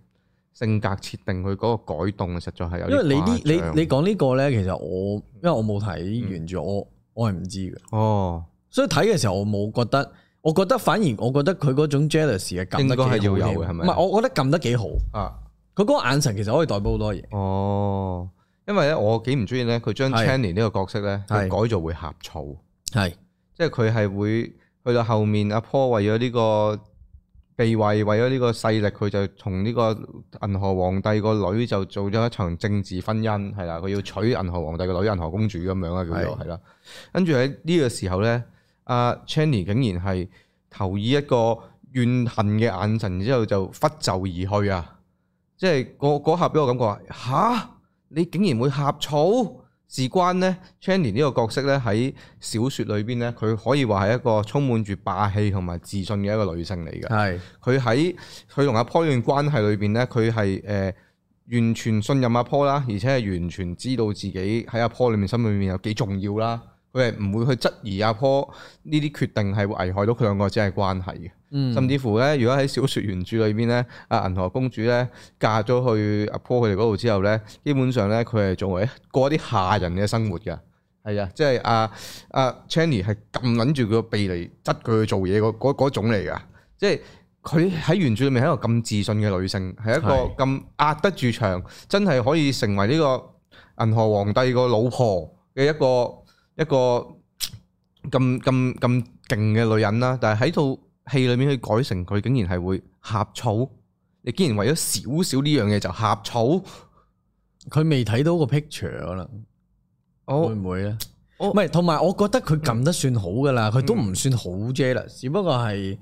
[SPEAKER 1] 性格設定，佢嗰個改動實在係有
[SPEAKER 2] 因為你
[SPEAKER 1] 啲
[SPEAKER 2] 呢你
[SPEAKER 1] 誇張
[SPEAKER 2] 你講呢個咧，其實我因為我冇睇原著，
[SPEAKER 1] 嗯
[SPEAKER 2] 我我係唔知嘅，
[SPEAKER 1] 哦，
[SPEAKER 2] 所以睇嘅時候我冇覺得，我覺得反而我覺得佢嗰種 jealous 嘅撳得
[SPEAKER 1] 應該係
[SPEAKER 2] 幾好
[SPEAKER 1] 要有
[SPEAKER 2] 添
[SPEAKER 1] 嘅係咪
[SPEAKER 2] 唔係，我覺得撳得幾好，佢
[SPEAKER 1] 啊
[SPEAKER 2] 嗰個眼神其實可以代表好多嘢，
[SPEAKER 1] 哦，因為咧我幾唔中意咧，佢將
[SPEAKER 2] 係
[SPEAKER 1] Channy 呢個角色咧，
[SPEAKER 2] 係
[SPEAKER 1] 佢改造會呷醋，
[SPEAKER 2] 係
[SPEAKER 1] 即係佢係會去到後面阿 Paul 為咗呢個地位，為咗呢個勢力，佢就同呢個銀河皇帝個女就做咗一場政治婚姻，係啦，佢要娶銀河皇帝個女銀河公主咁樣啦，叫做
[SPEAKER 2] 係
[SPEAKER 1] 係啦。跟住喺呢個時候咧，阿 Channy 竟然係投以一個怨恨嘅眼神，之後就拂袖而去啊！即係嗰嗰下俾我感覺話吓，你竟然會呷醋！事關呢 Channy 呢個角色咧喺小説裏邊咧，佢可以話係一個充滿住霸氣同埋自信嘅一個女性嚟嘅。
[SPEAKER 2] 係
[SPEAKER 1] 佢喺佢同阿 Paul 呢段關係裏邊咧，佢係誒完全信任阿 Paul 啦，而且係完全知道自己喺阿 Paul 裏面心裏面有幾重要啦。佢係唔會去質疑阿 Paul 呢啲決定係會危害到佢兩個之間嘅關係嘅。
[SPEAKER 2] 嗯
[SPEAKER 1] 甚至乎咧，如果喺小説原著裏邊咧，阿銀河公主咧嫁咗去阿 Paul 佢哋嗰度之後咧，基本上咧佢係作為過一啲下人嘅生活嘅。係啊，即係阿阿 Channy 係撳撚住佢個鼻嚟質佢去做嘢嗰嗰嗰種嚟㗎，即係佢喺原著裏面係一個咁自信嘅女性，係一
[SPEAKER 2] 係
[SPEAKER 1] 個咁壓得住場，真係可以成為呢個銀河皇帝個老婆嘅一個一個咁咁咁勁嘅女人啦。但係喺套戲裏面去改成佢竟然係會呷醋，你竟然為咗少少呢樣嘢就呷醋，
[SPEAKER 2] 佢未睇到個 picture 啊可能。會
[SPEAKER 1] 哦
[SPEAKER 2] 唔會咧？
[SPEAKER 1] 我嗯
[SPEAKER 2] 唔係，同埋我覺得佢撳得算好噶啦，佢都唔算好 jealous，只不過係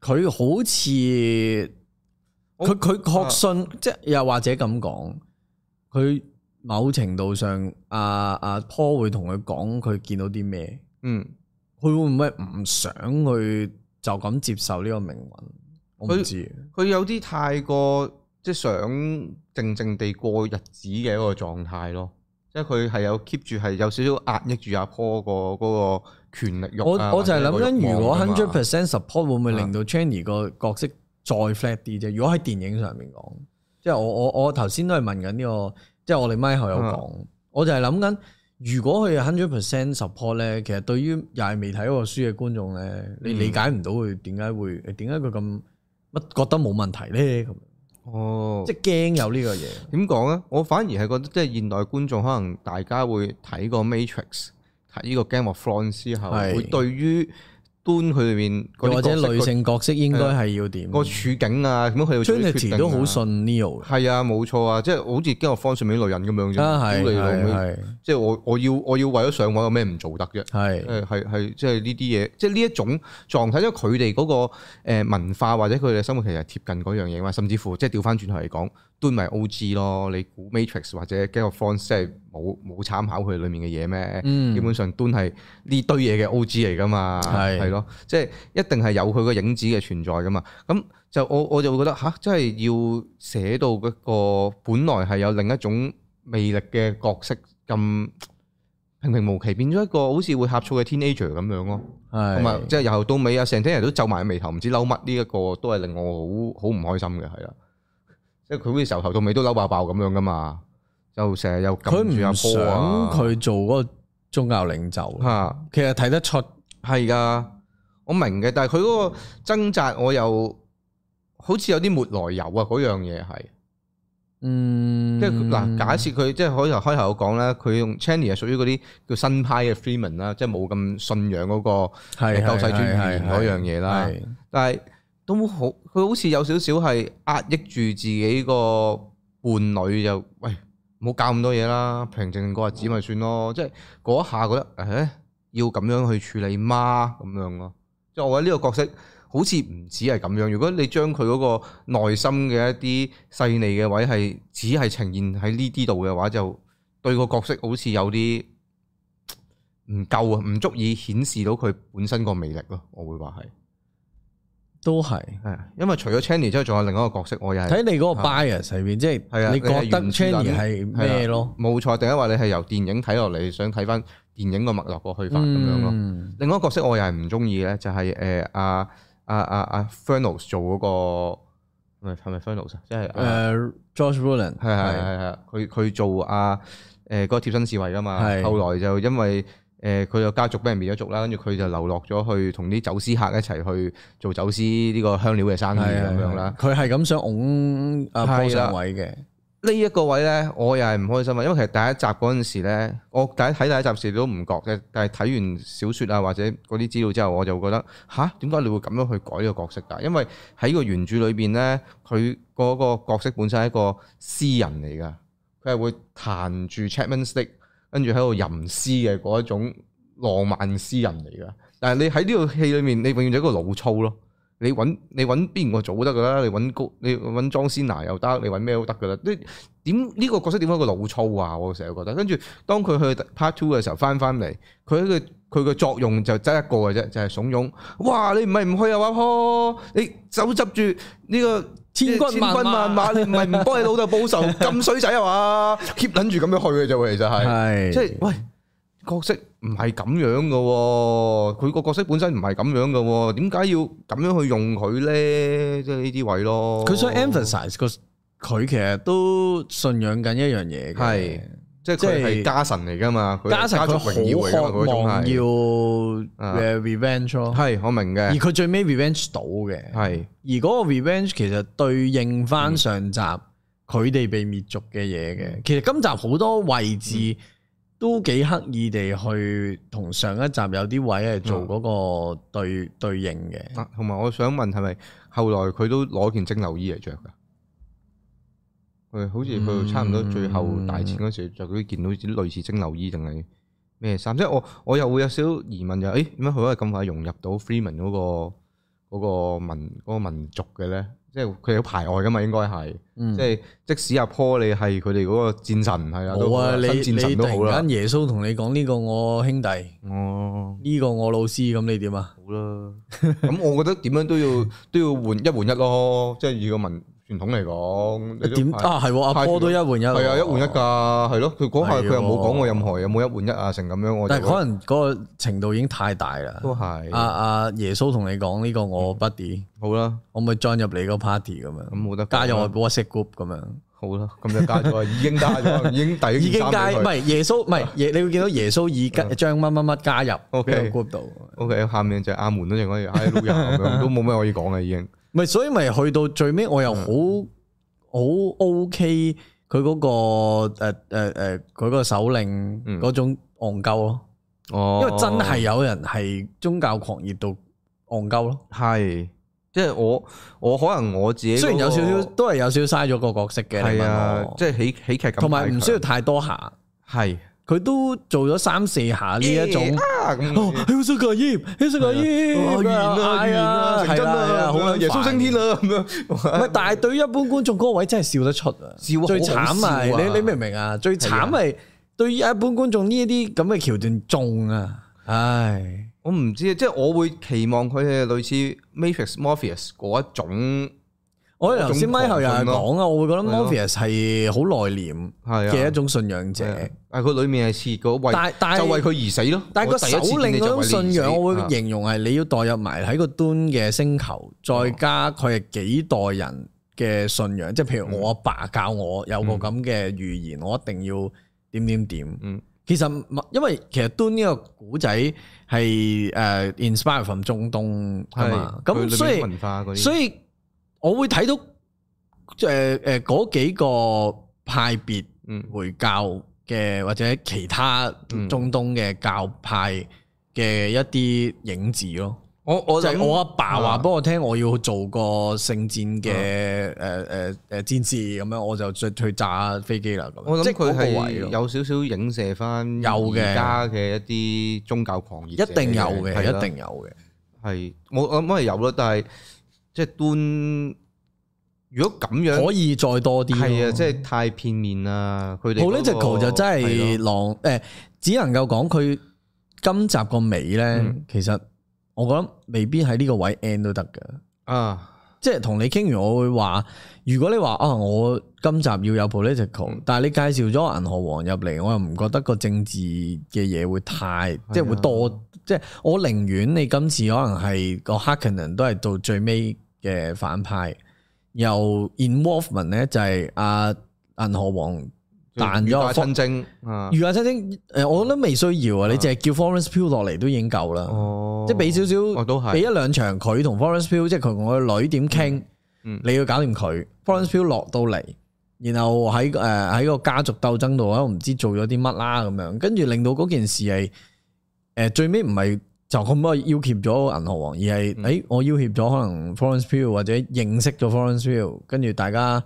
[SPEAKER 2] 佢好似
[SPEAKER 1] 我
[SPEAKER 2] 佢佢確信，即係又或者咁講，佢某程度上阿阿 Paul 會同佢講佢見到啲咩，
[SPEAKER 1] 嗯。
[SPEAKER 2] 佢會唔會唔想佢就咁接受呢個命運？我唔
[SPEAKER 1] 佢
[SPEAKER 2] 知，
[SPEAKER 1] 佢有啲太過即係想靜靜地過日子嘅一個狀態咯，即係佢係有 keep 住係有少少壓抑住阿 Paul 個嗰個權力欲
[SPEAKER 2] 我
[SPEAKER 1] 啊、
[SPEAKER 2] 我就係諗緊，如果
[SPEAKER 1] 或者個
[SPEAKER 2] hundred
[SPEAKER 1] 欲望㗎嘛
[SPEAKER 2] percent support 會唔會
[SPEAKER 1] 啊
[SPEAKER 2] 令到 Channy 個角色再 flat 啲啫？如果喺電影上面講，即係我我我頭先都係問緊呢個，即係我哋咪後有講，
[SPEAKER 1] 啊
[SPEAKER 2] 我就係諗緊，如果佢 hundred percent support 咧，其實對於又係未睇過書嘅觀眾咧，你
[SPEAKER 1] 嗯
[SPEAKER 2] 理解唔到佢點解會點解佢咁乜覺得冇問題咧咁。
[SPEAKER 1] 哦，
[SPEAKER 2] 即係驚有呢個嘢。
[SPEAKER 1] 點講咧？我反而係覺得即係現代觀眾可能大家會睇個 Matrix，睇呢個 Game of Thrones 之後，
[SPEAKER 2] 係
[SPEAKER 1] 會對於端佢裏面嗰
[SPEAKER 2] 又
[SPEAKER 1] 啲
[SPEAKER 2] 或者
[SPEAKER 1] 角色
[SPEAKER 2] 女性角色應該係要點
[SPEAKER 1] 個個處境啊，咁佢哋做啲決定
[SPEAKER 2] ？Trinity
[SPEAKER 1] 啊
[SPEAKER 2] 都好。信 Neo
[SPEAKER 1] 係啊，冇錯啊，即係好似 Game of Thrones 上面啲女人咁樣
[SPEAKER 2] 嘅，啊
[SPEAKER 1] 啫，
[SPEAKER 2] 係
[SPEAKER 1] 屌你老味！
[SPEAKER 2] 係
[SPEAKER 1] 即係我我要我要為咗上位，有咩唔做得啫？
[SPEAKER 2] 係係
[SPEAKER 1] 誒係係，即係呢啲嘢，即係呢一種狀態，因為佢哋嗰個呃文化或者佢哋嘅生活其實係貼近嗰樣嘢嘛，甚至乎即係調翻轉頭嚟講，端咪 O.G. 咯，你估 Matrix 或者 Game of Thrones 即係冇冇參考佢裡面嘅嘢咩？
[SPEAKER 2] 嗯
[SPEAKER 1] 基本上端係呢堆嘢嘅 O.G. 嚟噶嘛，
[SPEAKER 2] 係
[SPEAKER 1] 係咯，即係一定係有佢個影子嘅存在噶嘛。咁就我我就會覺得吓，真係要寫到一個本來係有另一種魅力嘅角色咁。平平無奇，變咗一個好似會呷醋嘅 teenager 咁樣咯，同埋即係由頭到尾啊，成天人都皺埋眉頭，唔知嬲乜呢一個都係令我好好唔開心嘅，係啦，即係佢好似由頭到尾都嬲爆爆咁樣噶嘛，就成日又
[SPEAKER 2] 佢
[SPEAKER 1] 撳住阿
[SPEAKER 2] 唔想
[SPEAKER 1] 波啊，
[SPEAKER 2] 佢做嗰個宗教領袖，
[SPEAKER 1] 嚇
[SPEAKER 2] 其實睇得出
[SPEAKER 1] 係噶，我明嘅，但係佢嗰個掙扎我又好似有啲沒來由啊，嗰樣嘢係。
[SPEAKER 2] 嗯，
[SPEAKER 1] 即係佢嗱，假設佢即係可能開頭我講啦，佢用 Channy 係屬於嗰啲叫新派嘅 Freeman 啦，即係冇咁信仰嗰個
[SPEAKER 2] 係
[SPEAKER 1] 救世主
[SPEAKER 2] 係
[SPEAKER 1] 預言
[SPEAKER 2] 係
[SPEAKER 1] 嗰
[SPEAKER 2] 係
[SPEAKER 1] 樣嘢啦
[SPEAKER 2] 係
[SPEAKER 1] 但係都好，佢好似有少少係壓抑住自己個伴侶就喂，唔好搞咁多嘢啦，平靜過日子咪算咯。即係嗰一下覺得，誒要咁樣去處理嗎？咁樣咯。即係我覺得呢個角色好似唔止係咁樣。如果你將佢嗰個內心嘅一啲細膩嘅位係只係呈現喺呢啲度嘅話，就對個角色好似有啲唔夠啊，唔足以顯示到佢本身個魅力咯。我會話係。
[SPEAKER 2] 都係。
[SPEAKER 1] 係，因為除咗 Channy 之後，仲有另一個角色，我又係
[SPEAKER 2] 睇你嗰個 bias 喺邊，即
[SPEAKER 1] 係啊
[SPEAKER 2] 係你覺得
[SPEAKER 1] 你係原住
[SPEAKER 2] Channy
[SPEAKER 1] 人
[SPEAKER 2] 係咩咯？
[SPEAKER 1] 冇錯。第一話你係由電影睇落嚟，想睇翻電影個脈絡個去法咁樣咯。
[SPEAKER 2] 嗯
[SPEAKER 1] 另外一個角色我又係唔中意咧，就係誒阿阿阿阿 Fernos 做嗰個，係咪係咪 Fernos 啊？即係誒
[SPEAKER 2] 誒，George Roland
[SPEAKER 1] 係係係係，佢佢做阿呃誒嗰個貼身侍衛噶嘛。
[SPEAKER 2] 係
[SPEAKER 1] 後來就因為誒佢個家族俾人滅咗族啦，跟住佢就流落咗去同啲走私客一齊去做走私呢個香料嘅生意咁樣啦。，
[SPEAKER 2] 佢係咁想拱阿
[SPEAKER 1] 係啦
[SPEAKER 2] p 上位嘅，
[SPEAKER 1] 呢一個位呢，我又係唔開心啊！因為其實第一集嗰陣時咧，我第一睇第一集時都唔覺嘅，但係睇完小説啊或者嗰啲資料之後，我就覺得吓，點解你會咁樣去改呢個角色㗎？因為喺個原著裏邊呢，佢嗰個角色本身係一個詩人嚟㗎，佢係會彈住 Chapman Stick，跟住喺度吟詩嘅嗰一種浪漫詩人嚟㗎。但係你喺呢套戲裏面，你永遠就係一個老粗咯。你揾你揾邊個做都得㗎啦，你揾高你揾莊思娜又得，你揾咩都得㗎啦。你點呢個角色點解個老粗啊？我成日覺得，跟住當佢去 part two 嘅時候翻翻嚟，佢嘅佢嘅作用就得一個嘅啫，就係、慫恿。哇！你唔係唔去啊，阿婆，你手執住呢個
[SPEAKER 2] 千軍萬馬
[SPEAKER 1] 馬，你唔係唔幫你老豆報 仇咁衰仔啊嘛？keep 撚住咁樣去嘅啫喎，其實係。
[SPEAKER 2] 係
[SPEAKER 1] 即係喂角色唔係咁樣嘅喎，佢個角色本身唔係咁樣嘅喎，點解要咁樣去用佢咧？即係呢啲位咯。
[SPEAKER 2] 佢想 emphasize 個佢其實都信仰緊一樣嘢嘅，
[SPEAKER 1] 係即係
[SPEAKER 2] 即
[SPEAKER 1] 佢
[SPEAKER 2] 係
[SPEAKER 1] 係家臣嚟㗎嘛，佢係
[SPEAKER 2] 加上
[SPEAKER 1] 家族
[SPEAKER 2] 佢
[SPEAKER 1] 榮耀嚟㗎嘛，
[SPEAKER 2] 好
[SPEAKER 1] 佢嗰
[SPEAKER 2] 渴
[SPEAKER 1] 種
[SPEAKER 2] 望
[SPEAKER 1] 係
[SPEAKER 2] 要
[SPEAKER 1] 啊
[SPEAKER 2] 誒 revenge 咯，
[SPEAKER 1] 係我明
[SPEAKER 2] 而
[SPEAKER 1] 嘅，
[SPEAKER 2] 佢最尾 revenge 到嘅，
[SPEAKER 1] 係嗯
[SPEAKER 2] 而嗰個 revenge 其實對應翻上集佢哋被滅族嘅嘢嘅，其實今集好多位置
[SPEAKER 1] 嗯
[SPEAKER 2] 都幾刻意地去同上一集有啲位係做嗰個對對應嘅，
[SPEAKER 1] 嗯啊同埋我想問係咪後來佢都攞件蒸餾衣嚟着㗎？佢好似佢差唔多最後大戰嗰時着嗰件好似類似蒸餾衣定係咩衫？即係我我又會有少少疑問就係，誒點解佢可以咁快融入到 Freeman 嗰、個嗰、個民嗰、個民族嘅咧？即係佢有排外㗎嘛，應該係。
[SPEAKER 2] 嗯
[SPEAKER 1] 即係即使阿 Paul 你係佢哋嗰個戰神係啦，
[SPEAKER 2] 冇啊！
[SPEAKER 1] 都好
[SPEAKER 2] 你
[SPEAKER 1] 啦新戰
[SPEAKER 2] 你
[SPEAKER 1] 神
[SPEAKER 2] 突
[SPEAKER 1] 都好啦
[SPEAKER 2] 然間。耶穌同你講呢個我兄弟，
[SPEAKER 1] 哦，
[SPEAKER 2] 呢個我老師，咁你點啊？
[SPEAKER 1] 好 啦，咁我覺得點樣都要都要換一換一咯，即係以個民傳統嚟講，你都
[SPEAKER 2] 點
[SPEAKER 1] 派
[SPEAKER 2] 啊？係喎阿
[SPEAKER 1] 派
[SPEAKER 2] 波都一換一喎，
[SPEAKER 1] 係啊，一換一㗎，係咯。佢嗰下
[SPEAKER 2] 係喎
[SPEAKER 1] 佢又冇講過任何有冇一換一啊，成咁樣我就
[SPEAKER 2] 但係
[SPEAKER 1] 覺得哦
[SPEAKER 2] 可能啊嗰個程度已經太大啦。
[SPEAKER 1] 都係
[SPEAKER 2] 阿阿耶穌同你講呢個我 buddy，
[SPEAKER 1] 好啦，
[SPEAKER 2] 我咪 join 入你個 party 咁
[SPEAKER 1] 嗯咁
[SPEAKER 2] 樣，
[SPEAKER 1] 冇得講
[SPEAKER 2] 加
[SPEAKER 1] 啦
[SPEAKER 2] 入我 WhatsApp group 咁樣，
[SPEAKER 1] 好啦，咁就加咗啦，已經加咗啦， 已經遞
[SPEAKER 2] 已
[SPEAKER 1] 咗
[SPEAKER 2] 經
[SPEAKER 1] 件
[SPEAKER 2] 加
[SPEAKER 1] 衫俾佢。
[SPEAKER 2] 唔
[SPEAKER 1] 啊嗯
[SPEAKER 2] 係耶穌，唔係耶，你會見到耶穌已加將乜乜乜加入
[SPEAKER 1] OK
[SPEAKER 2] 呢個 group 度，
[SPEAKER 1] O K，下面就係阿門啦，仲哎可以 I 咁樣，都冇咩可以講啦，已經。嗯
[SPEAKER 2] 唔係所以咪去到最尾我又好好 OK 佢嗰個誒誒誒佢個首領
[SPEAKER 1] 嗯
[SPEAKER 2] 嗰種戇鳩咯，
[SPEAKER 1] 哦
[SPEAKER 2] 因為真係有人係宗教狂熱到戇鳩咯。
[SPEAKER 1] 係，即係我我可能我自己
[SPEAKER 2] 雖然
[SPEAKER 1] 嗰
[SPEAKER 2] 有少
[SPEAKER 1] 個
[SPEAKER 2] 少都係有少少嘥咗個角色嘅，你
[SPEAKER 1] 係
[SPEAKER 2] 問
[SPEAKER 1] 啊，
[SPEAKER 2] 我
[SPEAKER 1] 即係喜喜劇咁，
[SPEAKER 2] 同埋唔需要太多下，
[SPEAKER 1] 係
[SPEAKER 2] 佢都做咗三四下呢一種。
[SPEAKER 1] 啊
[SPEAKER 2] 哦
[SPEAKER 1] 咁，。
[SPEAKER 2] 要食個煙，要食個煙，
[SPEAKER 1] 哦完
[SPEAKER 2] 啊
[SPEAKER 1] 啦完啦，成真啦，
[SPEAKER 2] 好
[SPEAKER 1] 好啦，
[SPEAKER 2] 撚
[SPEAKER 1] 耶穌
[SPEAKER 2] 煩
[SPEAKER 1] 升天啦咁樣。
[SPEAKER 2] 唔係，但係對於一般觀眾嗰個位真係笑得出啊！
[SPEAKER 1] 笑啊
[SPEAKER 2] 最
[SPEAKER 1] 好
[SPEAKER 2] 慘
[SPEAKER 1] 好笑啊
[SPEAKER 2] 係你你明唔明啊？最慘係對於一般觀眾呢一啲咁嘅橋段中啊！唉，
[SPEAKER 1] 我唔知，即係我會期望佢係類似 Matrix Morpheus 嗰一種，
[SPEAKER 2] 我哋頭先咪後又係
[SPEAKER 1] 嗰種狂
[SPEAKER 2] 講啊，我會覺
[SPEAKER 1] 係
[SPEAKER 2] 得
[SPEAKER 1] 咯
[SPEAKER 2] Morpheus 係好內斂
[SPEAKER 1] 係啊
[SPEAKER 2] 嘅一種信仰者，
[SPEAKER 1] 係啊但係佢裡面係似嗰為
[SPEAKER 2] 但係但
[SPEAKER 1] 就為
[SPEAKER 2] 係
[SPEAKER 1] 佢而死咯。
[SPEAKER 2] 但係個
[SPEAKER 1] 我第
[SPEAKER 2] 首
[SPEAKER 1] 一次見
[SPEAKER 2] 領
[SPEAKER 1] 你
[SPEAKER 2] 嗰
[SPEAKER 1] 就為
[SPEAKER 2] 種
[SPEAKER 1] 你而
[SPEAKER 2] 信
[SPEAKER 1] 死
[SPEAKER 2] 仰，我
[SPEAKER 1] 啊嗯
[SPEAKER 2] 會形容係你要代入埋喺個端嘅星球，再加佢係幾代人嘅信仰，即係譬
[SPEAKER 1] 嗯
[SPEAKER 2] 如我阿爸教我有個咁嘅預言，我一定要點點點。
[SPEAKER 1] 嗯
[SPEAKER 2] 其實唔因為其實端呢個古仔係誒 inspire from 中東係嘛，
[SPEAKER 1] 係佢裏
[SPEAKER 2] 咁
[SPEAKER 1] 面
[SPEAKER 2] 所以
[SPEAKER 1] 文化嗰啲，
[SPEAKER 2] 所以我會睇到誒誒嗰幾個派別。
[SPEAKER 1] 嗯
[SPEAKER 2] 回教嘅或者其他
[SPEAKER 1] 嗯
[SPEAKER 2] 中東嘅教派嘅一啲影子咯，
[SPEAKER 1] 我我
[SPEAKER 2] 就係
[SPEAKER 1] 諗
[SPEAKER 2] 我阿爸話
[SPEAKER 1] 啊
[SPEAKER 2] 俾我聽，我要做個聖戰嘅誒誒誒戰士咁樣，我就再去炸飛機啦咁樣。
[SPEAKER 1] 我
[SPEAKER 2] 即
[SPEAKER 1] 諗
[SPEAKER 2] 係
[SPEAKER 1] 佢
[SPEAKER 2] 嗰個位
[SPEAKER 1] 係
[SPEAKER 2] 咯
[SPEAKER 1] 有少少影射翻
[SPEAKER 2] 有嘅
[SPEAKER 1] 而家嘅一啲宗教狂熱，
[SPEAKER 2] 一定有嘅，
[SPEAKER 1] 係啦
[SPEAKER 2] 一定有嘅。
[SPEAKER 1] 係我我諗係有啦，但係即係端如果咁樣
[SPEAKER 2] 可以再多啲咯。
[SPEAKER 1] 啊係啊，即係太片面啦。佢哋嗰個
[SPEAKER 2] political 就真
[SPEAKER 1] 係
[SPEAKER 2] 係
[SPEAKER 1] 咯
[SPEAKER 2] 浪誒，只能夠講佢今集個尾咧
[SPEAKER 1] 嗯，
[SPEAKER 2] 其實我覺得未必喺呢個位 end 都得嘅。
[SPEAKER 1] 啊，
[SPEAKER 2] 即係同你傾完，我會話：如果你話啊，我今集要有 political，、但係你介紹咗銀河王入嚟，我又唔覺得個政治嘅嘢會太，即係會多。即係我寧願你今次可能係個 h a c k e n 都係到最尾嘅反派，又 involvement 咧就係阿銀河王彈咗
[SPEAKER 1] 個
[SPEAKER 2] 個
[SPEAKER 1] 親征啊，
[SPEAKER 2] 如阿七星，誒，我覺得未需要啊，你淨係叫 Florence Pugh 落嚟都已經夠啦。
[SPEAKER 1] 哦，
[SPEAKER 2] 即係俾少
[SPEAKER 1] 哦都
[SPEAKER 2] 少，
[SPEAKER 1] 係
[SPEAKER 2] 俾一兩場佢同 Florence Pugh，即係佢同佢個女點傾
[SPEAKER 1] 嗯，
[SPEAKER 2] 你要搞掂佢。Florence Pugh 落到嚟，然後喺誒喺個家族鬥爭度，啊我唔知做咗啲乜啦咁樣，跟住令到嗰件事係誒最尾唔係就咁樣要挾咗銀河王，而係
[SPEAKER 1] 嗯
[SPEAKER 2] 誒、欸我要挾咗可能 Florence Pugh 或者認識咗 Florence Pugh，跟住大家。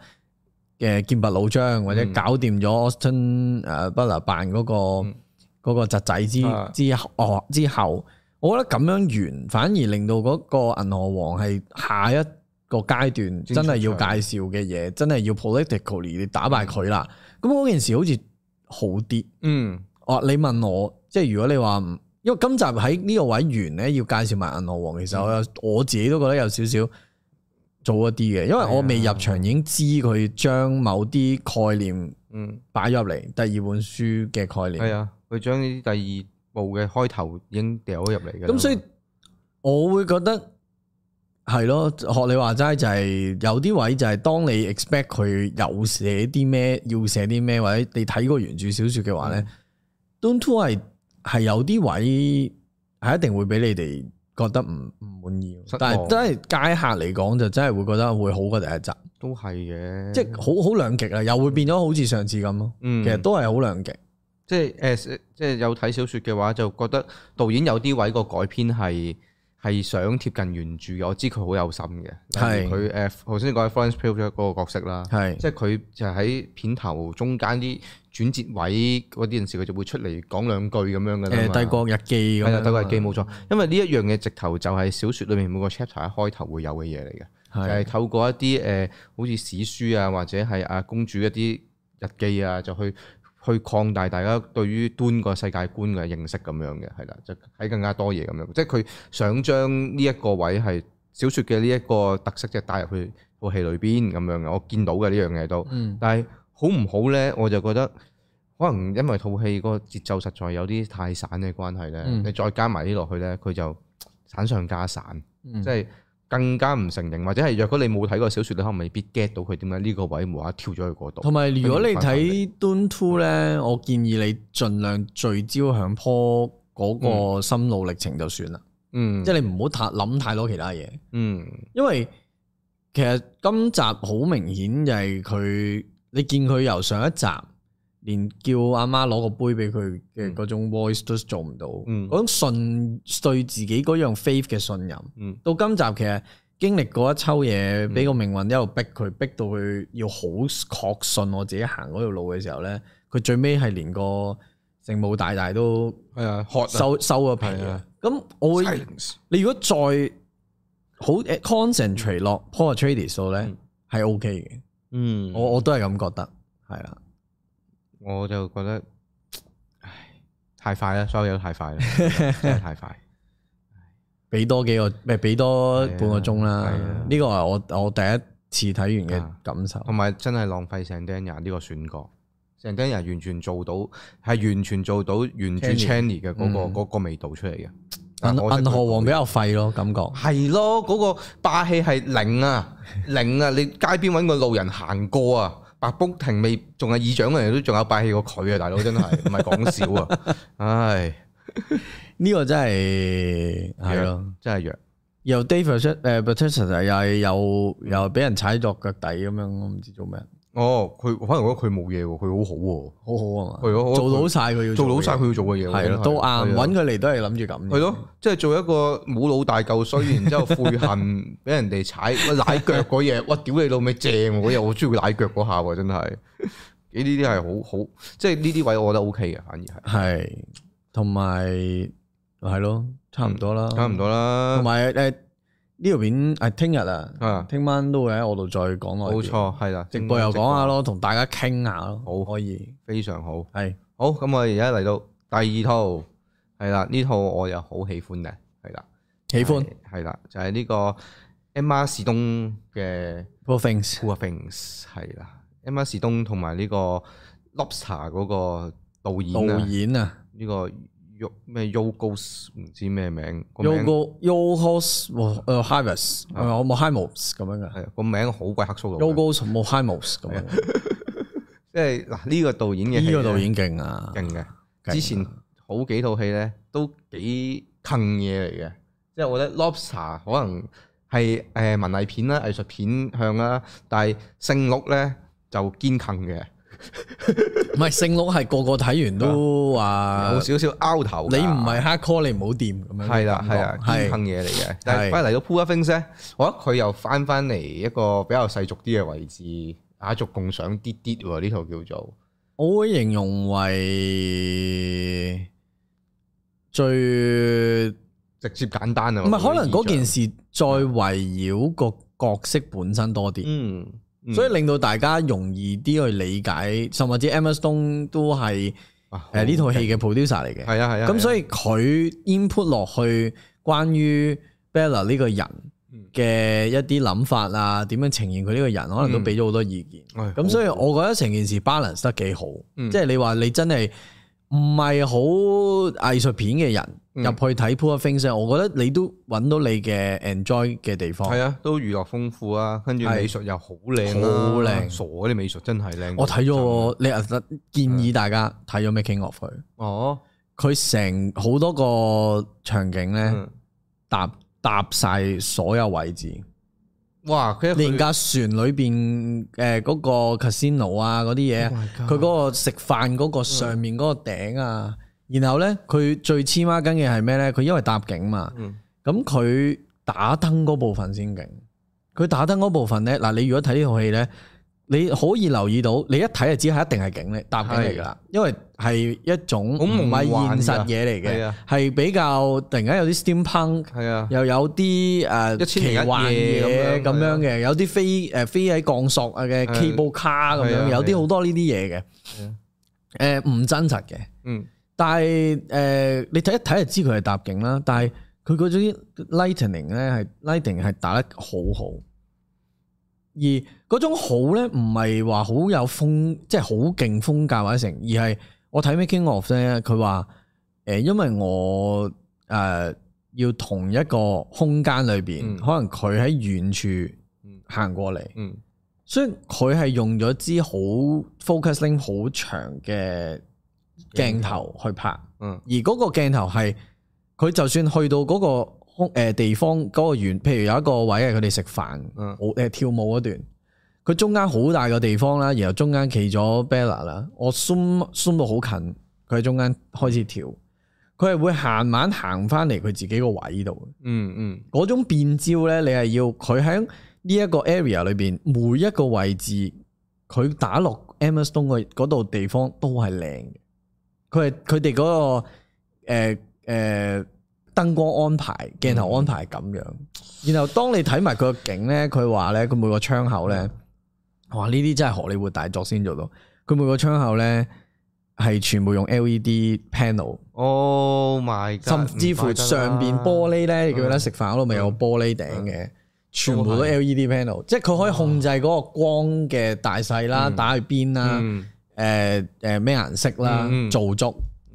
[SPEAKER 2] 嘅劍拔弩張，或者
[SPEAKER 1] 嗯
[SPEAKER 2] 搞掂咗 Austin 誒 Butler 扮嗰、個
[SPEAKER 1] 嗯
[SPEAKER 2] 嗰、個侄仔之
[SPEAKER 1] 啊
[SPEAKER 2] 之後，哦之後，我覺得咁樣完，反而令到嗰個銀河王係下一個階段真係要介紹嘅
[SPEAKER 1] 嗯
[SPEAKER 2] 嘢，真係要 politically 你打敗佢啦。咁嗰件事好似好啲。
[SPEAKER 1] 嗯
[SPEAKER 2] 哦，你問我，即係如果你話唔，因為今集喺呢個位完咧，要介紹埋銀河王，其實我
[SPEAKER 1] 嗯
[SPEAKER 2] 有我自己都覺得有少少早一啲嘅，因為
[SPEAKER 1] 啊
[SPEAKER 2] 我未入場已經知佢將某啲概念
[SPEAKER 1] 嗯
[SPEAKER 2] 擺入嚟第二本書嘅概念。
[SPEAKER 1] 係啊，佢將呢啲第二部嘅開頭已經掉咗入嚟嘅。
[SPEAKER 2] 咁所以我會覺得係咯，學你話齋就係、有啲位就係當你 expect 佢有寫啲咩，要寫啲咩，或者你睇過原著小説嘅話
[SPEAKER 1] 嗯
[SPEAKER 2] 咧、d o n t Two 係係有啲位係一定會俾你哋覺得唔唔滿意
[SPEAKER 1] 失，望
[SPEAKER 2] 但係真係街客嚟講就真係會覺得會好過第一集，
[SPEAKER 1] 都係嘅，
[SPEAKER 2] 即係好好兩極啊，又會變咗好似上次咁咯。
[SPEAKER 1] 嗯
[SPEAKER 2] 其實都係好兩極，
[SPEAKER 1] 即係誒，即係有睇小説嘅話，就覺得導演有啲位個改編係係想貼近原著嘅。我知佢好有心嘅，
[SPEAKER 2] 係
[SPEAKER 1] 例如佢誒頭先講 Florence Pugh 嗰個角色啦，
[SPEAKER 2] 係
[SPEAKER 1] 即係佢就喺片頭中間啲轉折位嗰啲陣時，佢就會出嚟講兩句咁樣嘅啦
[SPEAKER 2] 誒
[SPEAKER 1] 嘛。
[SPEAKER 2] 帝國日記咁
[SPEAKER 1] 係
[SPEAKER 2] 樣
[SPEAKER 1] 啦，
[SPEAKER 2] 啊，
[SPEAKER 1] 帝國日記冇錯，因為呢一樣嘢直頭就係小説裏面每個 chapter 一開頭會有嘅嘢嚟嘅。就係
[SPEAKER 2] 係
[SPEAKER 1] 透過一啲誒、呃好似史書啊，或者係啊公主一啲日記啊，就去去擴大大家對於端個世界觀嘅認識咁樣嘅，係啦，就睇更加多嘢咁樣。即係佢想將呢一個位係小説嘅呢一個特色，即係帶入去套戲裏邊咁樣嘅。我見到嘅呢樣嘢都，
[SPEAKER 2] 嗯
[SPEAKER 1] 但係好唔好咧？我就覺得。可能因為套戲個節奏實在有啲太散嘅關係咧，
[SPEAKER 2] 嗯
[SPEAKER 1] 你再加埋啲落去咧，佢就散上加散。
[SPEAKER 2] 嗯
[SPEAKER 1] 即係更加唔承認，或者係若果你冇睇過小説，你可能未必 get 到佢點解呢個位無啦啦跳咗去嗰度。
[SPEAKER 2] 同埋如果你睇 Dune Two 咧，我建議你盡量聚焦響坡嗰個心路歷程就算啦，
[SPEAKER 1] 嗯，
[SPEAKER 2] 即係你唔好太諗太多其他嘢，
[SPEAKER 1] 嗯
[SPEAKER 2] 因為其實今集好明顯就係佢，你見佢由上一集連叫阿媽攞個杯俾佢嘅嗰種 voice 都做唔到，
[SPEAKER 1] 嗯
[SPEAKER 2] 嗰種信對自己嗰樣 faith 嘅信任，
[SPEAKER 1] 嗯
[SPEAKER 2] 到今集其實經歷過一抽嘢，俾個命運一路逼佢，逼到佢要好確信我自己行嗰條路嘅時候咧，佢最尾係連個聖母大大都
[SPEAKER 1] 係啊，學
[SPEAKER 2] 收收咗皮
[SPEAKER 1] 係
[SPEAKER 2] 嘅
[SPEAKER 1] 啊。
[SPEAKER 2] 咁我會。
[SPEAKER 1] silence，
[SPEAKER 2] 你如果再好呃 concentrate 落 Paul Trades 度咧
[SPEAKER 1] 嗯，
[SPEAKER 2] 係 OK 嘅。
[SPEAKER 1] 嗯，
[SPEAKER 2] 我我都係咁覺得，係啦。
[SPEAKER 1] 我就覺得，唉，太快啦，所有嘢都太快 啦，真係太快。
[SPEAKER 2] 俾多幾個，咪俾多
[SPEAKER 1] 係啊
[SPEAKER 2] 半個鐘啦
[SPEAKER 1] 係啊。
[SPEAKER 2] 呢個係我我第一次睇完嘅感受。
[SPEAKER 1] 同埋真係浪費 Sandania 呢個選角，Sandania 完全做到係完全做到原著
[SPEAKER 2] Channy
[SPEAKER 1] Channy 嘅嗰個
[SPEAKER 2] 嗯
[SPEAKER 1] 嗰個味道出嚟嘅。但啊我識佢
[SPEAKER 2] 銀河
[SPEAKER 1] 改
[SPEAKER 2] 王比較廢咯，感覺。
[SPEAKER 1] 係咯，嗰、個霸氣係零 啊，零啊！你街邊揾個路人行過啊，白卜亭未仲係議長嘅人都仲有霸氣過佢啊，大佬真係 唔係講笑啊！唉，
[SPEAKER 2] 呢個真係係咯。，
[SPEAKER 1] 真係弱。
[SPEAKER 2] 由 David 出誒 b a t i s t a 又呃係又又俾人踩落腳底咁樣，我唔知做咩，
[SPEAKER 1] 哦，佢可能覺得佢冇嘢喎，佢好好喎、
[SPEAKER 2] 好好啊
[SPEAKER 1] 係咯
[SPEAKER 2] 嘛。做到晒佢要
[SPEAKER 1] 做到
[SPEAKER 2] 嘅
[SPEAKER 1] 晒佢要做嘅嘢喎，
[SPEAKER 2] 係
[SPEAKER 1] 真
[SPEAKER 2] 咯，
[SPEAKER 1] 係
[SPEAKER 2] 都啱。
[SPEAKER 1] 係啊
[SPEAKER 2] 揾佢嚟都係諗住咁。
[SPEAKER 1] 係咯，即係做一個冇腦大嚿衰，然之後悔恨俾人哋踩， 喂奶腳嗰嘢，哇屌你老味正喎嗰嘢，我中意奶腳嗰下喎，真係。呢啲係好好，即係呢啲位我覺得 O K 嘅，反而係
[SPEAKER 2] 系，同埋系咯，差唔多啦，
[SPEAKER 1] 差唔。多啦
[SPEAKER 2] 哦同。埋诶呢條片诶，聽日啊
[SPEAKER 1] 啊，
[SPEAKER 2] 聽晚都會喺我度再講耐
[SPEAKER 1] 冇
[SPEAKER 2] 啲。
[SPEAKER 1] 錯，係啦，
[SPEAKER 2] 直播又講下，咯，同大家傾下咯，
[SPEAKER 1] 好
[SPEAKER 2] 可以
[SPEAKER 1] 非常好。
[SPEAKER 2] 係
[SPEAKER 1] 好，咁我哋而家嚟到第二套，係啦，呢套我又好喜歡嘅，係啦，
[SPEAKER 2] 喜歡
[SPEAKER 1] 係係啦，就係呢個 Emma 史東嘅。
[SPEAKER 2] Poor Things，
[SPEAKER 1] Poor Things 係啦，Emma 士東同埋呢個 Lobster 嗰個導演
[SPEAKER 2] 導
[SPEAKER 1] 啊，
[SPEAKER 2] 演啊
[SPEAKER 1] 呢個 Yo 咩 Yogo 唔知咩名，個名
[SPEAKER 2] Yogo Yogos 誒呃 Harvest，係咪我冇 h i m o s 咁樣噶
[SPEAKER 1] 係啊個名好鬼黑蘇佬嘅，
[SPEAKER 2] ，Yogos 冇 h i m o s 咁樣，
[SPEAKER 1] 即係嗱呢個導演嘅戲
[SPEAKER 2] 呢個
[SPEAKER 1] 咧
[SPEAKER 2] 導演勁啊，
[SPEAKER 1] 勁嘅，
[SPEAKER 2] 勁啊
[SPEAKER 1] 之前好幾套戲咧都幾坑嘢嚟嘅，即係我覺得 Lobster 可能係誒文藝片啦、藝術片向啦，但係聖鹿咧就堅坑嘅，
[SPEAKER 2] 唔係聖鹿係個個睇完都話
[SPEAKER 1] 有少少拗頭㗎。
[SPEAKER 2] 啊你唔係 hardcore 你唔好掂咁樣，
[SPEAKER 1] 係啦，係啊，堅
[SPEAKER 2] 係
[SPEAKER 1] 坑嘢嚟嘅。但係
[SPEAKER 2] 係
[SPEAKER 1] 翻嚟到 Poor Things 咧，我覺得佢又翻翻嚟一個比較世俗啲嘅位置，雅俗共賞啲啲喎。呢套叫做
[SPEAKER 2] 我會形容為最唔
[SPEAKER 1] 直接簡單啊。
[SPEAKER 2] 係可能嗰件
[SPEAKER 1] 事，
[SPEAKER 2] 事再圍繞個角色本身多啲，
[SPEAKER 1] 嗯，嗯
[SPEAKER 2] 所以令到大家容易啲去理解，甚至 Emma Stone 都係
[SPEAKER 1] 哇
[SPEAKER 2] 誒呢套戲
[SPEAKER 1] 好
[SPEAKER 2] 嘅 producer 嚟嘅，
[SPEAKER 1] 係啊係啊。
[SPEAKER 2] 咁所
[SPEAKER 1] 以
[SPEAKER 2] 以佢 input 落去關於 Bella 呢個人嘅一啲諗法啊，點樣呈現佢呢個人，可能都俾咗好多意見。
[SPEAKER 1] 啊哎
[SPEAKER 2] 咁所以我覺得成件事 balance 得幾好，
[SPEAKER 1] 嗯
[SPEAKER 2] 即係你話你真係唔係好藝術片嘅人
[SPEAKER 1] 嗯
[SPEAKER 2] 入去睇 Poor Things，我覺得你都揾到你嘅 enjoy 嘅地方
[SPEAKER 1] 係。啊，都娛樂豐富啊，跟住
[SPEAKER 2] 係
[SPEAKER 1] 美術又好靚啦
[SPEAKER 2] 好靚
[SPEAKER 1] 傻嗰啲美術真係靚。
[SPEAKER 2] 我睇咗喎，你啊建
[SPEAKER 1] 嗯
[SPEAKER 2] 議大家睇咗 Making of 佢，
[SPEAKER 1] 哦，
[SPEAKER 2] 佢成好多個場景咧
[SPEAKER 1] 嗯
[SPEAKER 2] 搭搭晒所有位置，
[SPEAKER 1] 哇！佢，Oh 一
[SPEAKER 2] 連架船裏邊誒嗰個 casino 啊嗰啲嘢。佢
[SPEAKER 1] 佢
[SPEAKER 2] 嗰個食飯嗰個上面嗰個頂啊，然後咧佢最黐孖筋嘅係咩咧？佢因為搭景嘛，
[SPEAKER 1] 嗯
[SPEAKER 2] 咁佢打燈嗰部分先勁。佢打燈嗰部分咧，嗱你如果睇呢套戲咧，你可以留意到，你一睇就知係一定係景嚟搭景嚟噶啦，因為係一種
[SPEAKER 1] 好夢
[SPEAKER 2] 唔係
[SPEAKER 1] 幻㗎
[SPEAKER 2] 現實嘢
[SPEAKER 1] 係
[SPEAKER 2] 嚟嘅
[SPEAKER 1] 啊，
[SPEAKER 2] 係比較突然間有啲 steampunk。
[SPEAKER 1] 係啊，
[SPEAKER 2] 又有啲誒
[SPEAKER 1] 1001
[SPEAKER 2] 奇幻
[SPEAKER 1] 夜咁
[SPEAKER 2] 嘢
[SPEAKER 1] 樣啊
[SPEAKER 2] 咁樣嘅，有啲飛誒飛喺降索啊嘅
[SPEAKER 1] 係
[SPEAKER 2] cable car 咁
[SPEAKER 1] 係啊
[SPEAKER 2] 樣，有
[SPEAKER 1] 係啊
[SPEAKER 2] 啲好多呢啲嘢
[SPEAKER 1] 係啊
[SPEAKER 2] 嘅，誒唔真實嘅，
[SPEAKER 1] 嗯
[SPEAKER 2] 但係誒你睇一睇就知佢係搭景啦，但係佢嗰種 lightning 咧係 lightning 係打得好好，而嗰種好咧唔係話好有風，即係好勁風格或者成，而係我睇 making of 咧，佢話誒因為我誒。呃要同一個空間裏邊，
[SPEAKER 1] 嗯
[SPEAKER 2] 可能佢喺遠處
[SPEAKER 1] 嗯
[SPEAKER 2] 行過嚟，
[SPEAKER 1] 嗯
[SPEAKER 2] 所以佢係用咗支好 focusing 好長嘅鏡頭去拍，
[SPEAKER 1] 嗯
[SPEAKER 2] 而嗰個鏡頭係佢就算去到嗰個空誒地方嗰個園，譬如有一個位係佢哋食飯
[SPEAKER 1] 嗯，
[SPEAKER 2] 舞誒跳舞嗰段，佢中間好大個地方啦，然後中間企咗 Bella 啦，我 zoom zoom 到好近，佢喺中間開始跳，佢係會慢慢行翻嚟佢自己個位度嘅。
[SPEAKER 1] 嗯嗯
[SPEAKER 2] 嗰種變招咧，你係要佢喺呢一個 area 裏邊每一個位置，佢打落 Emma Stone 嘅嗰度地方都係靚嘅。佢係佢哋嗰個誒誒燈光安排、鏡頭安排咁樣。然後當你睇埋佢個景咧，佢話咧，佢每個窗口咧，哇！呢啲真係荷里活大作先做到。佢每個窗口咧係全部用 LED panel。
[SPEAKER 1] ，Oh my god！
[SPEAKER 2] 甚至乎上邊玻璃咧，你記唔記
[SPEAKER 1] 嗯
[SPEAKER 2] 得食飯嗰度咪有玻璃頂嘅，全部都
[SPEAKER 1] 都係
[SPEAKER 2] LED panel，即係佢可以控制嗰個光嘅大細啦、打去邊啦、
[SPEAKER 1] 嗯
[SPEAKER 2] 誒誒咩顏色啦
[SPEAKER 1] 嗯、嗯
[SPEAKER 2] 做足，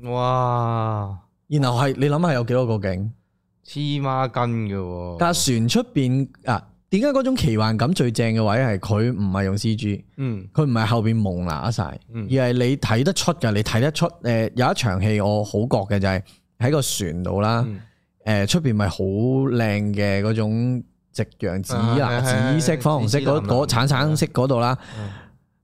[SPEAKER 1] 哇，
[SPEAKER 2] 然後係你諗下有幾多個景？
[SPEAKER 1] 哦黐孖筋嘅喎，
[SPEAKER 2] 但係船出邊啊，點解嗰種奇幻感最正嘅位係佢唔係用 CG，
[SPEAKER 1] 嗯
[SPEAKER 2] 佢唔係後邊蒙拿晒，
[SPEAKER 1] 嗯
[SPEAKER 2] 而係你睇得出㗎，你睇得出誒有一場戲我好覺嘅就係喺個船度啦。
[SPEAKER 1] 嗯
[SPEAKER 2] 誒呃出邊咪好靚嘅嗰種夕陽紫
[SPEAKER 1] 啊係
[SPEAKER 2] 啦、
[SPEAKER 1] 係
[SPEAKER 2] 紫色、
[SPEAKER 1] 係
[SPEAKER 2] 粉紅色
[SPEAKER 1] 紫紫藍嗯
[SPEAKER 2] 嗰
[SPEAKER 1] 藍
[SPEAKER 2] 嗰橙橙色嗰度啦，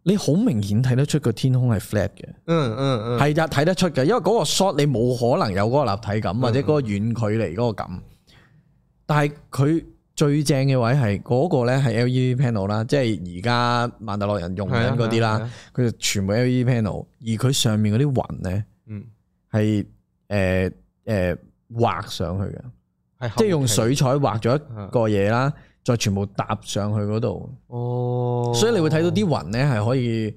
[SPEAKER 2] 你好明顯睇得出個天空係 flat 嘅，
[SPEAKER 1] 嗯嗯嗯，
[SPEAKER 2] 係啊睇得出嘅，因為嗰個 shot 你冇可能有嗰個立體
[SPEAKER 1] 嗯
[SPEAKER 2] 感或者嗰個遠距離嗰個感，但係佢最正嘅位係嗰個咧係 LED panel 啦，即係而家曼特洛人用緊嗰啲
[SPEAKER 1] 係
[SPEAKER 2] 啦
[SPEAKER 1] 啊，
[SPEAKER 2] 佢就全部 LED panel，而佢上面嗰啲雲咧
[SPEAKER 1] 嗯
[SPEAKER 2] 係誒誒畫上去嘅。
[SPEAKER 1] 係後
[SPEAKER 2] 即係用
[SPEAKER 1] 期
[SPEAKER 2] 水彩畫咗一個嘢啦，再全部搭上去嗰度，
[SPEAKER 1] 嗯哦，
[SPEAKER 2] 所以你會睇到啲雲咧係可以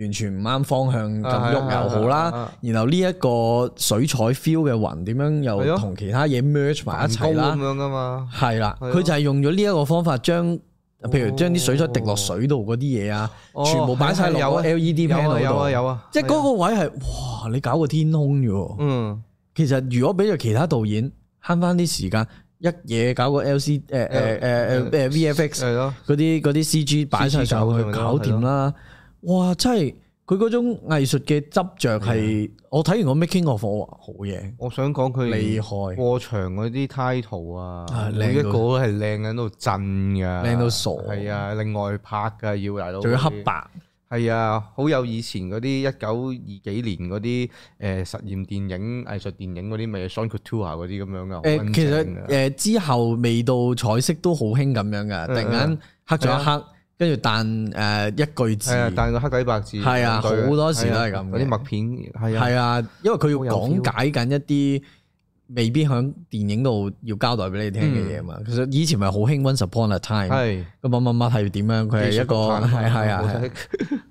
[SPEAKER 2] 完全唔啱方向咁喐又好
[SPEAKER 1] 啊啊啊
[SPEAKER 2] 啦
[SPEAKER 1] 啊。
[SPEAKER 2] 然後呢一個水彩 feel 嘅雲點樣
[SPEAKER 1] 係
[SPEAKER 2] 又
[SPEAKER 1] 咯
[SPEAKER 2] 同其他嘢 merge 埋一齊
[SPEAKER 1] 咁
[SPEAKER 2] 啦，
[SPEAKER 1] 樣噶嘛，
[SPEAKER 2] 係啦，
[SPEAKER 1] 係咯
[SPEAKER 2] 佢就係用咗呢一個方法將。譬如將啲水彩滴落水度嗰啲嘢啊，
[SPEAKER 1] 哦
[SPEAKER 2] 全部擺晒
[SPEAKER 1] 係有
[SPEAKER 2] 落
[SPEAKER 1] 啊
[SPEAKER 2] LED
[SPEAKER 1] 有啊
[SPEAKER 2] E panel
[SPEAKER 1] 有啊有
[SPEAKER 2] 度，
[SPEAKER 1] 啊，
[SPEAKER 2] 即係嗰
[SPEAKER 1] 個
[SPEAKER 2] 個位係哇！你搞個天空啫喎，
[SPEAKER 1] 嗯
[SPEAKER 2] 其實如果俾咗其他導演慳翻啲時間，一嘢搞個 LC 誒
[SPEAKER 1] 啊
[SPEAKER 2] 誒誒誒誒 VFX
[SPEAKER 1] 係咯，
[SPEAKER 2] 嗰啲嗰啲 CG 擺晒上去
[SPEAKER 1] CG
[SPEAKER 2] 搞掂啦！哇，真係佢嗰種藝術嘅執着係，
[SPEAKER 1] 啊
[SPEAKER 2] 我睇完個 making of 我話好嘢，
[SPEAKER 1] 我想講佢
[SPEAKER 2] 厲害，
[SPEAKER 1] 過場嗰啲 title 啊，
[SPEAKER 2] 啊靚到
[SPEAKER 1] 每一個都係靚緊到震㗎，
[SPEAKER 2] 靚到傻
[SPEAKER 1] 係啊，另外拍㗎要大佬，
[SPEAKER 2] 仲要黑，白，
[SPEAKER 1] 係啊，好有以前嗰啲一九二幾年嗰啲誒實驗電影、藝術電影嗰啲咪 Sean Couture 嗰啲咁樣㗎，好
[SPEAKER 2] 誒
[SPEAKER 1] 撚
[SPEAKER 2] 其
[SPEAKER 1] 正啊
[SPEAKER 2] 實
[SPEAKER 1] 㗎
[SPEAKER 2] 誒之後未到彩色都好興咁樣
[SPEAKER 1] 嗯
[SPEAKER 2] 噶，突然間黑咗一黑，跟住彈誒一句
[SPEAKER 1] 啊係啊
[SPEAKER 2] 字，，
[SPEAKER 1] 但係個黑底白字
[SPEAKER 2] 係啊
[SPEAKER 1] 兩句
[SPEAKER 2] 好多時都係
[SPEAKER 1] 係啊
[SPEAKER 2] 咁嘅
[SPEAKER 1] 嗰啲默片係啊，
[SPEAKER 2] 係啊，因為佢要
[SPEAKER 1] 好有 feel
[SPEAKER 2] 講解緊一啲未必響電影度要交代俾你聽嘅嘢嘛。其實以前咪好興 Once Upon a Time
[SPEAKER 1] 嗯係
[SPEAKER 2] 咁乜乜乜係點樣？佢係一個係係啊係啊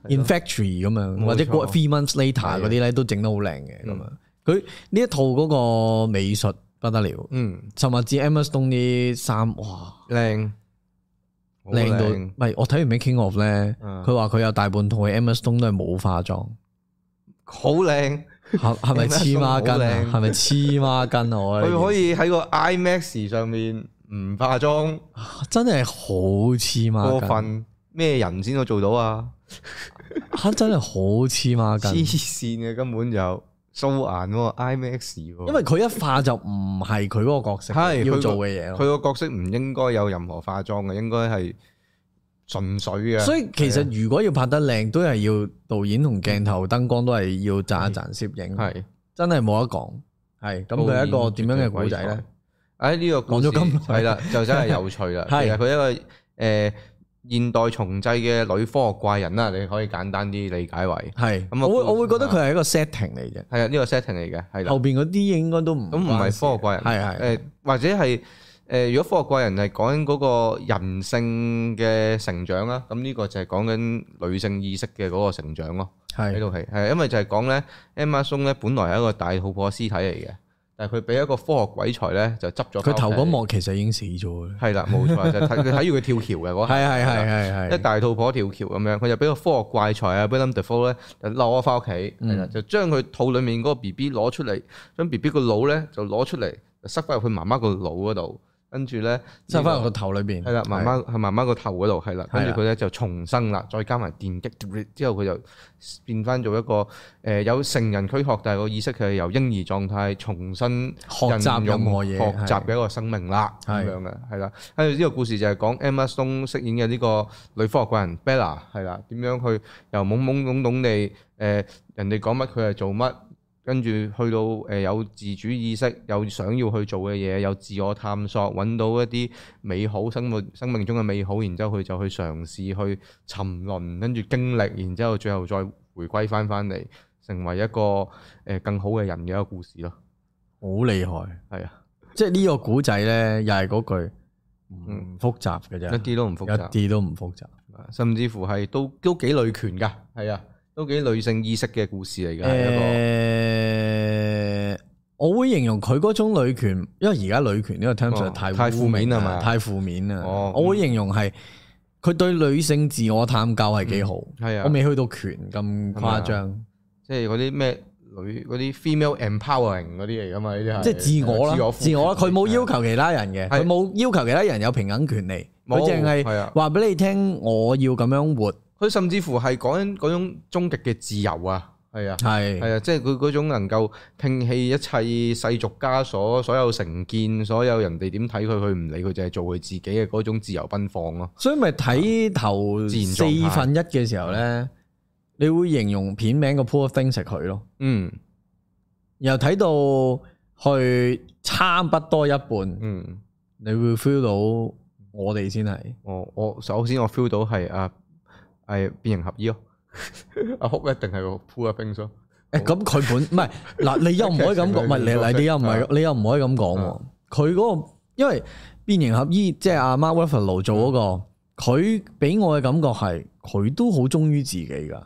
[SPEAKER 2] ，In Factory 咁樣，
[SPEAKER 1] 錯
[SPEAKER 2] 或者過 Three Months
[SPEAKER 1] 啊嗯
[SPEAKER 2] Later 嗰啲咧都整得好靚嘅咁樣。啊佢呢一套嗰個美術不得了，
[SPEAKER 1] 嗯
[SPEAKER 2] 甚至 Emma Stone 啲衫哇
[SPEAKER 1] 靚好
[SPEAKER 2] 靚到，唔係我睇完 Making of 咧，
[SPEAKER 1] 嗯
[SPEAKER 2] 佢話佢有大半套嘅 Emma Stone 都係冇化妝。
[SPEAKER 1] 好靚。
[SPEAKER 2] 係係咪黐孖筋啊？係咪黐孖筋啊？我覺得
[SPEAKER 1] 佢可以喺個 IMAX 上面唔化妝，
[SPEAKER 2] 真係好黐
[SPEAKER 1] 過
[SPEAKER 2] 孖筋，
[SPEAKER 1] 分咩人先可以做到啊？
[SPEAKER 2] 嚇真係好黐孖
[SPEAKER 1] 黐
[SPEAKER 2] 筋。
[SPEAKER 1] 線嘅根本就素顏喎 IMAX 喎，
[SPEAKER 2] 因為佢一化就唔係佢嗰個角色
[SPEAKER 1] 係
[SPEAKER 2] 要
[SPEAKER 1] 佢
[SPEAKER 2] 做嘅嘢咯。
[SPEAKER 1] 佢個角色唔應該有任何化妝嘅，應該係純粹嘅。啊
[SPEAKER 2] 所以其實如果要拍得靚，都係要導演同鏡頭、燈光都係要賺一賺攝影，
[SPEAKER 1] 係
[SPEAKER 2] 真係冇得講。係咁，佢係一個點樣嘅古仔咧？？
[SPEAKER 1] 誒哎呢個
[SPEAKER 2] 講咗咁耐
[SPEAKER 1] 係啦，就 真係有趣啦。
[SPEAKER 2] 係
[SPEAKER 1] 其實佢一個誒現代重製嘅女科學怪人啦，你可以簡單啲理解為
[SPEAKER 2] 係
[SPEAKER 1] 咁啊
[SPEAKER 2] 我會
[SPEAKER 1] 故事
[SPEAKER 2] 我會覺得佢係一個 setting 嚟嘅，
[SPEAKER 1] 係啊呢個 setting 嚟嘅，係啦
[SPEAKER 2] 後。邊嗰啲應該都唔
[SPEAKER 1] 咁唔係科學怪人，
[SPEAKER 2] 係係
[SPEAKER 1] 誒或者係誒、如果科學怪人係講緊嗰個人性嘅成長啦，咁呢個就係講緊女性意識嘅嗰個成長咯。
[SPEAKER 2] 係
[SPEAKER 1] 呢度係啊係因為就係講咧，Emma Stone 咧本來係一個大肚婆屍體嚟嘅，但係佢俾一個科學鬼才咧就執咗。
[SPEAKER 2] 佢頭嗰幕其實已經死咗啦。
[SPEAKER 1] 係啦，冇錯，就睇你睇住佢跳橋嘅嗰下
[SPEAKER 2] 係係係 係
[SPEAKER 1] 一
[SPEAKER 2] 係。
[SPEAKER 1] 大肚婆條橋咁樣，佢就俾個科學怪才啊 Willem Dafoe 咧就攞翻屋企，
[SPEAKER 2] 嗯
[SPEAKER 1] 係啦、就將佢肚裡面嗰個 B B 攞出嚟，將 B B 個腦咧就攞出嚟，就塞翻入佢媽媽個腦嗰度，跟住咧
[SPEAKER 2] 塞翻入個頭裏邊。
[SPEAKER 1] 系啦，媽媽係媽媽個頭嗰度係啦，
[SPEAKER 2] 係啦
[SPEAKER 1] 跟住佢咧就重生啦，再加埋電擊，之後佢就變翻做一個誒、呃有成人軀殼，但係個意識佢係由嬰兒狀態重新
[SPEAKER 2] 學習
[SPEAKER 1] 孕
[SPEAKER 2] 任
[SPEAKER 1] 用
[SPEAKER 2] 何嘢
[SPEAKER 1] 學習嘅一個生命啦，
[SPEAKER 2] 係
[SPEAKER 1] 咁樣嘅係啦。跟住呢個故事就係講 Emma Stone 飾演嘅呢個女科學怪人 Bella 係啦，點樣去由懵懵懂懂地誒、呃人哋講乜佢係做乜。跟住去到誒有自主意識，有想要去做嘅嘢，有自我探索，揾到一啲美好生活生命中嘅美好，然之後佢就去嘗試去沉淪，跟住經歷，然之後最後再回歸翻翻嚟，成為一個誒、呃更好嘅人嘅一個故事咯。
[SPEAKER 2] 好厲害。
[SPEAKER 1] 係啊，
[SPEAKER 2] 即係呢個古仔咧，又係嗰句唔複雜嘅
[SPEAKER 1] 嗯一
[SPEAKER 2] 啫，
[SPEAKER 1] 啲都唔複雜，啊
[SPEAKER 2] 一啲都唔複雜。
[SPEAKER 1] 甚至乎係都都幾女權㗎，係啊，都幾女性意識嘅故事嚟㗎，係一個。
[SPEAKER 2] 誒，我會形容佢嗰種女權，因為而家女權呢個 term
[SPEAKER 1] 哦
[SPEAKER 2] 實在太
[SPEAKER 1] 太負面
[SPEAKER 2] 啦
[SPEAKER 1] 係嘛
[SPEAKER 2] 太負面啦。
[SPEAKER 1] 哦
[SPEAKER 2] 我會形容係佢對女性自我探究係幾好，
[SPEAKER 1] 係啊
[SPEAKER 2] 我未去到權咁誇張，
[SPEAKER 1] 即係嗰啲咩女嗰啲 female empowering 嗰啲嚟㗎嘛？呢啲係啊
[SPEAKER 2] 即係自我
[SPEAKER 1] 自
[SPEAKER 2] 啦，
[SPEAKER 1] 我
[SPEAKER 2] 自我啦，佢冇要求其他人嘅，
[SPEAKER 1] 係
[SPEAKER 2] 佢冇要求其他人有平等權利，佢
[SPEAKER 1] 冇
[SPEAKER 2] 淨係
[SPEAKER 1] 係啊
[SPEAKER 2] 話俾你聽，我要咁樣活，
[SPEAKER 1] 佢甚至乎係講緊嗰種終極嘅自由啊，係啊。
[SPEAKER 2] 係
[SPEAKER 1] 係啊，即係佢嗰種能夠摒棄一切世俗枷鎖、所有成見、所有人哋點睇佢，佢唔理佢，就係做佢自己嘅嗰種自由奔放咯。
[SPEAKER 2] 所以咪睇頭
[SPEAKER 1] 自然
[SPEAKER 2] 四
[SPEAKER 1] 狀態
[SPEAKER 2] 分一嘅時候咧，你會形容片名個 poor thing 食佢咯，
[SPEAKER 1] 嗯
[SPEAKER 2] 然後睇到去差不多一半，
[SPEAKER 1] 嗯，
[SPEAKER 2] 你會 feel 到我哋先係
[SPEAKER 1] 我我首先我 feel 到係啊係變形合衣咯， 阿哭一定係個 p u l 冰咯。
[SPEAKER 2] 誒咁佢 本唔係嗱，你又唔可以 咁講，唔啊係你你你又唔係，你又唔可以咁講喎。佢嗰個因為變形合衣，即係阿 Mark Ruffalo 做嗰個，佢俾我嘅感覺係佢都好忠於自己㗎。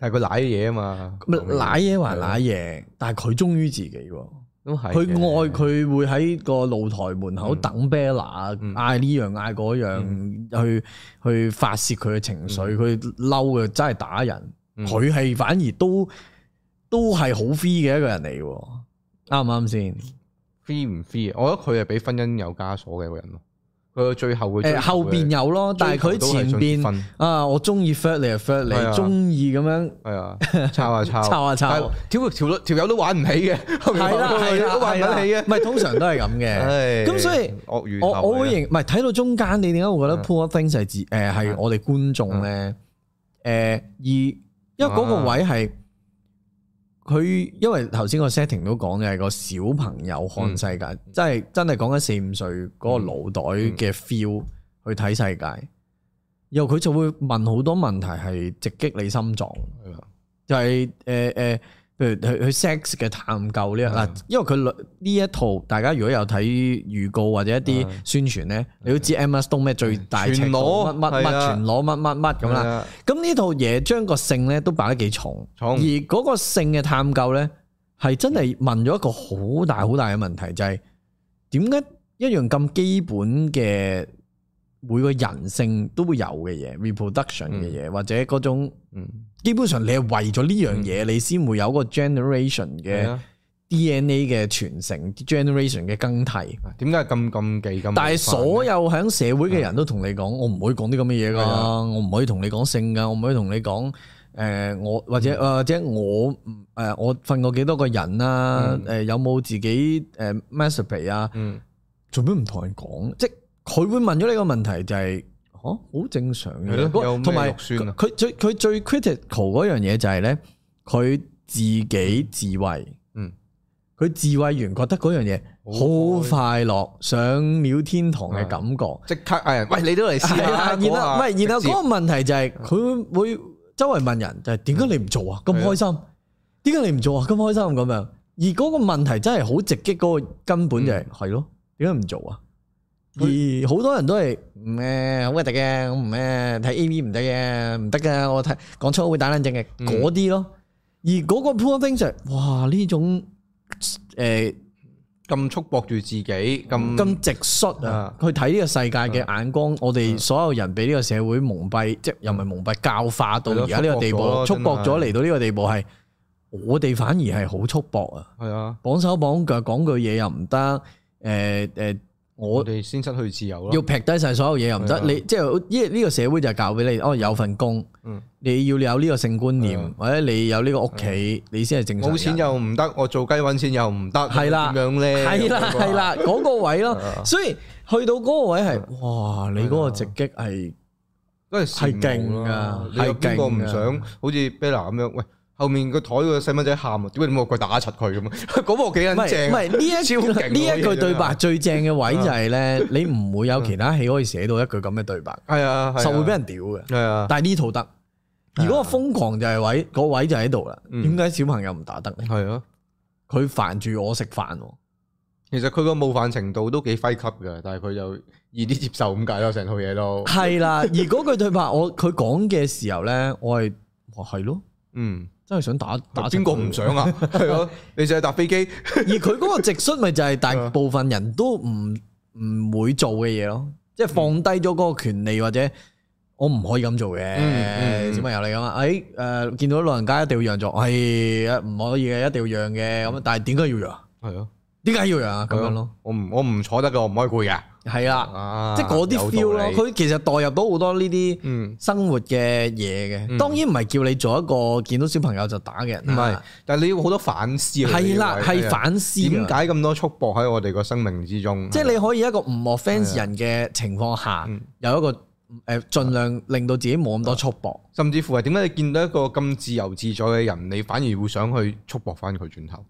[SPEAKER 1] 但係佢舐嘢啊嘛，
[SPEAKER 2] 咪舐嘢還舐嘢，但係佢忠於自己喎。
[SPEAKER 1] 都係
[SPEAKER 2] 佢
[SPEAKER 1] 嘅
[SPEAKER 2] 愛佢會喺個露台門口等 Bella，啊
[SPEAKER 1] 嗯
[SPEAKER 2] 嗌呢樣嗌嗰樣，去去發泄佢嘅情緒。佢嬲嘅真係打人，
[SPEAKER 1] 嗯
[SPEAKER 2] 佢係反而都都係好 free 嘅一個人嚟喎。啱唔啱先？
[SPEAKER 1] free 唔 free 啊我覺得佢係俾婚姻有枷鎖嘅一個人咯。佢到最後會追
[SPEAKER 2] 誒
[SPEAKER 1] 求
[SPEAKER 2] 後
[SPEAKER 1] 嘅
[SPEAKER 2] 邊有咯，但係
[SPEAKER 1] 追求都係
[SPEAKER 2] 佢前
[SPEAKER 1] 想結
[SPEAKER 2] 邊
[SPEAKER 1] 婚
[SPEAKER 2] 啊，我中意 f i r 你就 f i r
[SPEAKER 1] 係
[SPEAKER 2] 你，
[SPEAKER 1] 啊
[SPEAKER 2] 中意咁樣
[SPEAKER 1] 係 啊，抄下抄，
[SPEAKER 2] 抄下啊抄
[SPEAKER 1] 但係條條女條友都玩唔起嘅， 後面
[SPEAKER 2] 係啦
[SPEAKER 1] 後面
[SPEAKER 2] 係啦
[SPEAKER 1] 都玩唔起
[SPEAKER 2] 係啦
[SPEAKER 1] 嘅。
[SPEAKER 2] 唔係通常都係咁 嘅。
[SPEAKER 1] 唉
[SPEAKER 2] 咁所以
[SPEAKER 1] 惡語
[SPEAKER 2] 我我會
[SPEAKER 1] 會
[SPEAKER 2] 認唔係睇到中間，你點解會覺得 Poor Things 係自誒係我哋觀眾咧？誒而因為嗰個位係佢，因為頭先個 setting 都講嘅係個小朋友看世界，即係真係講緊四五歲嗰個腦袋嘅 feel 去睇世界，然後佢就會問好多問題係直擊你心臟。就係誒誒，譬如佢佢 sex 嘅探
[SPEAKER 1] 嗯
[SPEAKER 2] 究呢樣嗱，因為佢女呢一套，大家如果有睇預告或者一啲宣傳咧，你都知 Emma Stone 咩最大尺
[SPEAKER 1] 嗯全
[SPEAKER 2] 度
[SPEAKER 1] 裸
[SPEAKER 2] 乜乜
[SPEAKER 1] 係
[SPEAKER 2] 乜
[SPEAKER 1] 啊
[SPEAKER 2] 全裸乜乜乜咁啦。
[SPEAKER 1] 啦，
[SPEAKER 2] 咁呢套嘢將個性咧都擺得幾重，
[SPEAKER 1] 重
[SPEAKER 2] 而嗰個性嘅探究咧係真係問咗一個好大好大嘅問題，就係點解一樣咁基本嘅每個人性都會有嘅嘢，reproduction 嘅嘢，或者嗰種。
[SPEAKER 1] 嗯，
[SPEAKER 2] 基本上你係為咗呢樣嘢，你先會有個 generation
[SPEAKER 1] 係
[SPEAKER 2] 嘅
[SPEAKER 1] 啊
[SPEAKER 2] DNA 嘅傳承，generation 嘅更替。
[SPEAKER 1] 點解咁禁忌咁？
[SPEAKER 2] 但係所有喺社會嘅人都同你講，我唔可以講啲咁嘅
[SPEAKER 1] 嗯係
[SPEAKER 2] 嘢噶，
[SPEAKER 1] 啊
[SPEAKER 2] 我唔可以同你講性噶，我唔可以同你講诶、呃我
[SPEAKER 1] 嗯
[SPEAKER 2] 或者或者我唔诶、我瞓過幾多個人啊？诶、有冇自己诶 masturbate 啊？
[SPEAKER 1] 嗯
[SPEAKER 2] 做咩唔同人講？即係佢會問咗呢個問題就係、吓好正常嘅
[SPEAKER 1] 係咯有
[SPEAKER 2] 嗰，
[SPEAKER 1] 咩
[SPEAKER 2] 同埋
[SPEAKER 1] 肉酸啊
[SPEAKER 2] 佢最佢最 critical 嗰樣嘢就係咧，佢自己自慰，
[SPEAKER 1] 嗯，
[SPEAKER 2] 佢自慰完覺得嗰樣嘢
[SPEAKER 1] 好啊
[SPEAKER 2] 好快樂，上了天堂嘅感覺。
[SPEAKER 1] 即刻嗌人，喂你都嚟試
[SPEAKER 2] 係
[SPEAKER 1] 下
[SPEAKER 2] 啦，
[SPEAKER 1] 嗰
[SPEAKER 2] 然後唔
[SPEAKER 1] 下
[SPEAKER 2] 係，然後
[SPEAKER 1] 直接
[SPEAKER 2] 嗰個問題就係佢會周圍問人，就係點解你唔做啊？咁
[SPEAKER 1] 係啊
[SPEAKER 2] 開心，點解你唔做啊？咁開心咁樣。而嗰個問題真係好直擊嗰個根本就係係咯，點解唔做啊？而好多人都係唔誒好核突嘅，我唔誒睇 A V 唔得嘅，唔得嘅，我睇講粗口會打冷震嘅
[SPEAKER 1] 嗯
[SPEAKER 2] 嗰啲咯。而嗰個 poor thing 就係哇呢種誒
[SPEAKER 1] 咁束縛住自己，咁
[SPEAKER 2] 咁直率啊
[SPEAKER 1] 啊，
[SPEAKER 2] 去睇呢個世界嘅眼光，我哋所有人俾呢個社會蒙蔽，即係又唔係蒙蔽，教化到而家呢個地
[SPEAKER 1] 係
[SPEAKER 2] 步，
[SPEAKER 1] 咯
[SPEAKER 2] 束
[SPEAKER 1] 束
[SPEAKER 2] 縛
[SPEAKER 1] 縛咗咯
[SPEAKER 2] 咗
[SPEAKER 1] 真係
[SPEAKER 2] 嚟到呢個地步係，我哋反而係好束縛啊，
[SPEAKER 1] 係啊，
[SPEAKER 2] 綁手綁腳講句嘢又唔得，誒誒我
[SPEAKER 1] 我哋先失去自由咯。
[SPEAKER 2] 要劈低晒所有嘢又唔
[SPEAKER 1] 係
[SPEAKER 2] 得，
[SPEAKER 1] 啊
[SPEAKER 2] 你即係呢呢個社會就係教俾你，哦有份工，
[SPEAKER 1] 嗯
[SPEAKER 2] 你要有呢個性觀
[SPEAKER 1] 係
[SPEAKER 2] 念
[SPEAKER 1] 啊，
[SPEAKER 2] 或者你有呢個屋企，你先係正常人。
[SPEAKER 1] 冇錢又唔得，我做雞揾錢又唔得，
[SPEAKER 2] 係啦
[SPEAKER 1] 咁樣咧，
[SPEAKER 2] 係啦係，啦，嗰個位咯
[SPEAKER 1] 係，啊
[SPEAKER 2] 所以去到嗰個位係，哇！你嗰個直擊係
[SPEAKER 1] 都係
[SPEAKER 2] 係
[SPEAKER 1] 係
[SPEAKER 2] 勁
[SPEAKER 1] 勁
[SPEAKER 2] 㗎
[SPEAKER 1] 噶，你有邊個唔
[SPEAKER 2] 係勁㗎
[SPEAKER 1] 想好似 Bella 咁樣？喂，後面個台個細蚊仔喊啊，點解你冇個打柒佢咁啊？ 嗰幕幾
[SPEAKER 2] 唔
[SPEAKER 1] 撚
[SPEAKER 2] 係
[SPEAKER 1] 正
[SPEAKER 2] 唔
[SPEAKER 1] 啊，
[SPEAKER 2] 係呢
[SPEAKER 1] 超
[SPEAKER 2] 一
[SPEAKER 1] 勁嗰
[SPEAKER 2] 呢一
[SPEAKER 1] 嘢
[SPEAKER 2] 句
[SPEAKER 1] 真
[SPEAKER 2] 對白
[SPEAKER 1] 係啊
[SPEAKER 2] 最正嘅位就係咧，你唔會有其他戲可以寫到一句咁嘅對白，
[SPEAKER 1] 係啊，係啊
[SPEAKER 2] 實會俾人屌嘅。
[SPEAKER 1] 係啊，
[SPEAKER 2] 但係呢套得，而嗰個瘋狂就係位嗰位就喺度啦。
[SPEAKER 1] 嗯
[SPEAKER 2] 點解小朋友唔打得咧？
[SPEAKER 1] 係啊。
[SPEAKER 2] 佢煩住我食飯喎。
[SPEAKER 1] 其實佢個冒犯程度都幾輝級嘅，但係佢就易啲接受咁解咯，成套嘢都，
[SPEAKER 2] 係啦，而嗰句對白我佢講嘅時候咧，我係哇係咯，
[SPEAKER 1] 嗯，
[SPEAKER 2] 真係想打打
[SPEAKER 1] 邊個唔想 啊？係咯，你就係搭飛機，
[SPEAKER 2] 而佢嗰個直率咪就係
[SPEAKER 1] 啊
[SPEAKER 2] 大部分人都唔唔會做嘅嘢咯，即係放低咗嗰個權利或者我唔可以咁做嘅，
[SPEAKER 1] 嗯嗯
[SPEAKER 2] 小朋友嚟噶嘛？誒誒，見到老人家一定要讓座，係唔可以嘅，一定要讓嘅咁，但係點解要讓？
[SPEAKER 1] 係咯，
[SPEAKER 2] 點解要讓啊？咁樣咯，
[SPEAKER 1] 我唔我唔坐得嘅，我唔可以攰嘅，
[SPEAKER 2] 係啦，
[SPEAKER 1] 啊，
[SPEAKER 2] 即係嗰啲 feel 咯。
[SPEAKER 1] 有道理
[SPEAKER 2] 佢其實代入到好多呢啲
[SPEAKER 1] 嗯，
[SPEAKER 2] 生活嘅嘢嘅，
[SPEAKER 1] 嗯
[SPEAKER 2] 當然唔係叫你做一個見到小朋友就打嘅人
[SPEAKER 1] 唔係
[SPEAKER 2] 啦，，
[SPEAKER 1] 但係你要好多反思啊，
[SPEAKER 2] 啊係啦，
[SPEAKER 1] 你要
[SPEAKER 2] 係反思㗎
[SPEAKER 1] 點解咁多束縛喺我哋個生命之中？
[SPEAKER 2] 即係你可以一個唔 offence 人嘅情況下，
[SPEAKER 1] 啊嗯
[SPEAKER 2] 有一個誒盡量令到自己冇咁多束縛，
[SPEAKER 1] 甚至乎係點解你見到一個咁自由自在嘅人，你反而會想去束縛翻佢轉頭？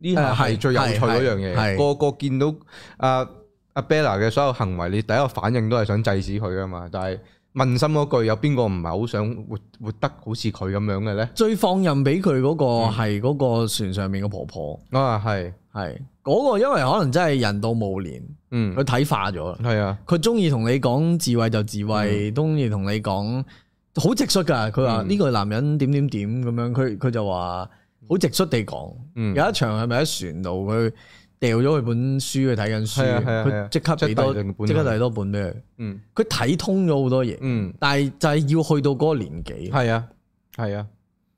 [SPEAKER 1] 呢下
[SPEAKER 2] 啊誒係
[SPEAKER 1] 係最有趣嗰樣
[SPEAKER 2] 係係
[SPEAKER 1] 嘢。個個見到阿阿 Bella 嘅所有行為，你第一個反應都係想制止佢噶嘛。但係問心嗰句，有邊個唔係好想活活得好似佢咁樣嘅咧？
[SPEAKER 2] 最放任俾佢嗰個
[SPEAKER 1] 嗯
[SPEAKER 2] 係嗰個船上面嘅婆婆，
[SPEAKER 1] 啊，係，
[SPEAKER 2] 係嗰、個因為可能真係人到無年，
[SPEAKER 1] 嗯
[SPEAKER 2] 佢，睇化咗啦，
[SPEAKER 1] 係啊，
[SPEAKER 2] 佢中意同你講智慧就智慧，中意同你講好直率㗎。佢話
[SPEAKER 1] 嗯
[SPEAKER 2] 呢個男人點點點咁樣，佢佢就話好直率地講。
[SPEAKER 1] 嗯，
[SPEAKER 2] 有一場係咪喺船度佢掉咗佢本書，佢睇緊
[SPEAKER 1] 係啊係啊
[SPEAKER 2] 書，
[SPEAKER 1] 係啊
[SPEAKER 2] 佢即刻俾多
[SPEAKER 1] 即係遞定本
[SPEAKER 2] 即刻遞多本俾佢。
[SPEAKER 1] 嗯，
[SPEAKER 2] 佢睇通咗好多嘢，
[SPEAKER 1] 嗯，
[SPEAKER 2] 但係就係要去到嗰個年紀，
[SPEAKER 1] 係啊，係啊。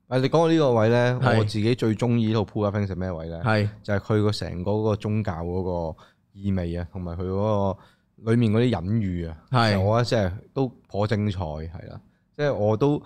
[SPEAKER 1] 啊，你講到呢個位咧，
[SPEAKER 2] 係
[SPEAKER 1] 我自己最中意呢套 Poor Things 係咩位咧？
[SPEAKER 2] 係
[SPEAKER 1] 就係佢個成個嗰個宗教嗰個意味啊，同埋佢嗰個裡面嗰啲隱喻啊，
[SPEAKER 2] 係
[SPEAKER 1] 其實我覺得即係都頗精彩，係啦，即係我都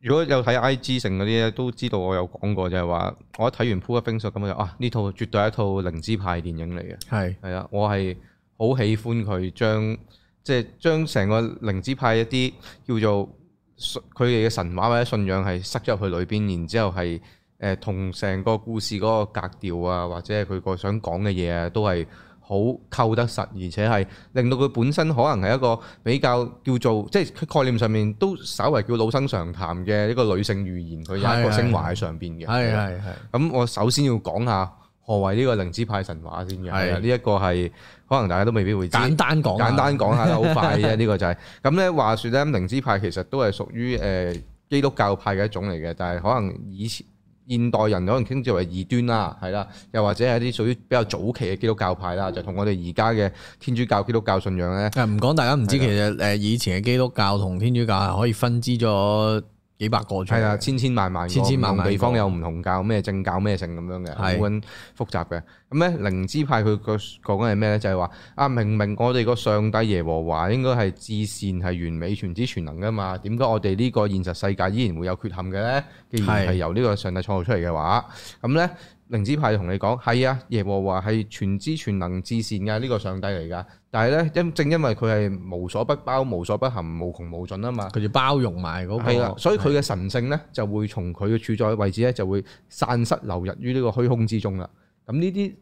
[SPEAKER 1] 如果有睇 I G 成嗰啲咧，都知道我有講過就係話，我一睇完《Poor Things》咁我就啊，呢套絕對係一套靈知派電影嚟嘅，
[SPEAKER 2] 係
[SPEAKER 1] 係啦，我係好喜歡佢將即係將成個靈知派一啲叫做信佢哋嘅神話或者信仰係塞咗入去裏邊，然之後係誒同成個故事嗰個格調啊，或者係佢個想講嘅嘢啊，都係好扣得實，而且係令到佢本身可能係一個比較叫做即係佢概念上面都稍為叫老生常談嘅一個女性寓言，佢有一個
[SPEAKER 2] 係
[SPEAKER 1] 升華喺上邊嘅。
[SPEAKER 2] 係係係
[SPEAKER 1] 咁我首先要講下何謂呢個靈知派神話先嘅，
[SPEAKER 2] 係
[SPEAKER 1] 係啊呢一個係可能大家都未必會知。
[SPEAKER 2] 簡單講啊，
[SPEAKER 1] 簡單講下啦，好快啫，呢個 就係咁咧。話說咧，靈知派其實都係屬於誒基督教派嘅一種嚟嘅，但係可能以前現代人可能稱之為異端啦，係啦，又或者係一啲屬於比較早期嘅基督教派啦，就同我哋而家嘅天主教基督教信仰咧，
[SPEAKER 2] 誒唔講大家唔知，
[SPEAKER 1] 啊
[SPEAKER 2] 其實誒以前嘅基督教同天主教係可以分支咗幾百個出
[SPEAKER 1] 係啊啦，
[SPEAKER 2] 嚟，
[SPEAKER 1] 千千萬萬個
[SPEAKER 2] 千千萬萬
[SPEAKER 1] 唔
[SPEAKER 2] 個
[SPEAKER 1] 同地方有唔同教，咩正教咩性咁樣嘅，好
[SPEAKER 2] 係
[SPEAKER 1] 撚複雜嘅。咁咧靈知派佢個講緊係咩咧？就係話啊，明明我哋個上帝耶和華應該係至善係完美全知全能噶嘛，點解我哋呢個現實世界依然會有缺陷嘅咧？既然
[SPEAKER 2] 係
[SPEAKER 1] 係由呢個上帝創造出嚟嘅話，咁咧靈知派就同你講係啊，耶和華係全知全能至善嘅呢個上帝嚟㗎。但係咧，因正因為佢係無所不包、無所不含、無窮無盡啊嘛。
[SPEAKER 2] 佢就包容埋嗰
[SPEAKER 1] 係啊啦
[SPEAKER 2] 個，，
[SPEAKER 1] 所以佢嘅神性咧就會從佢嘅處在位置咧就會散失流入於呢個虛空之中啦。咁呢啲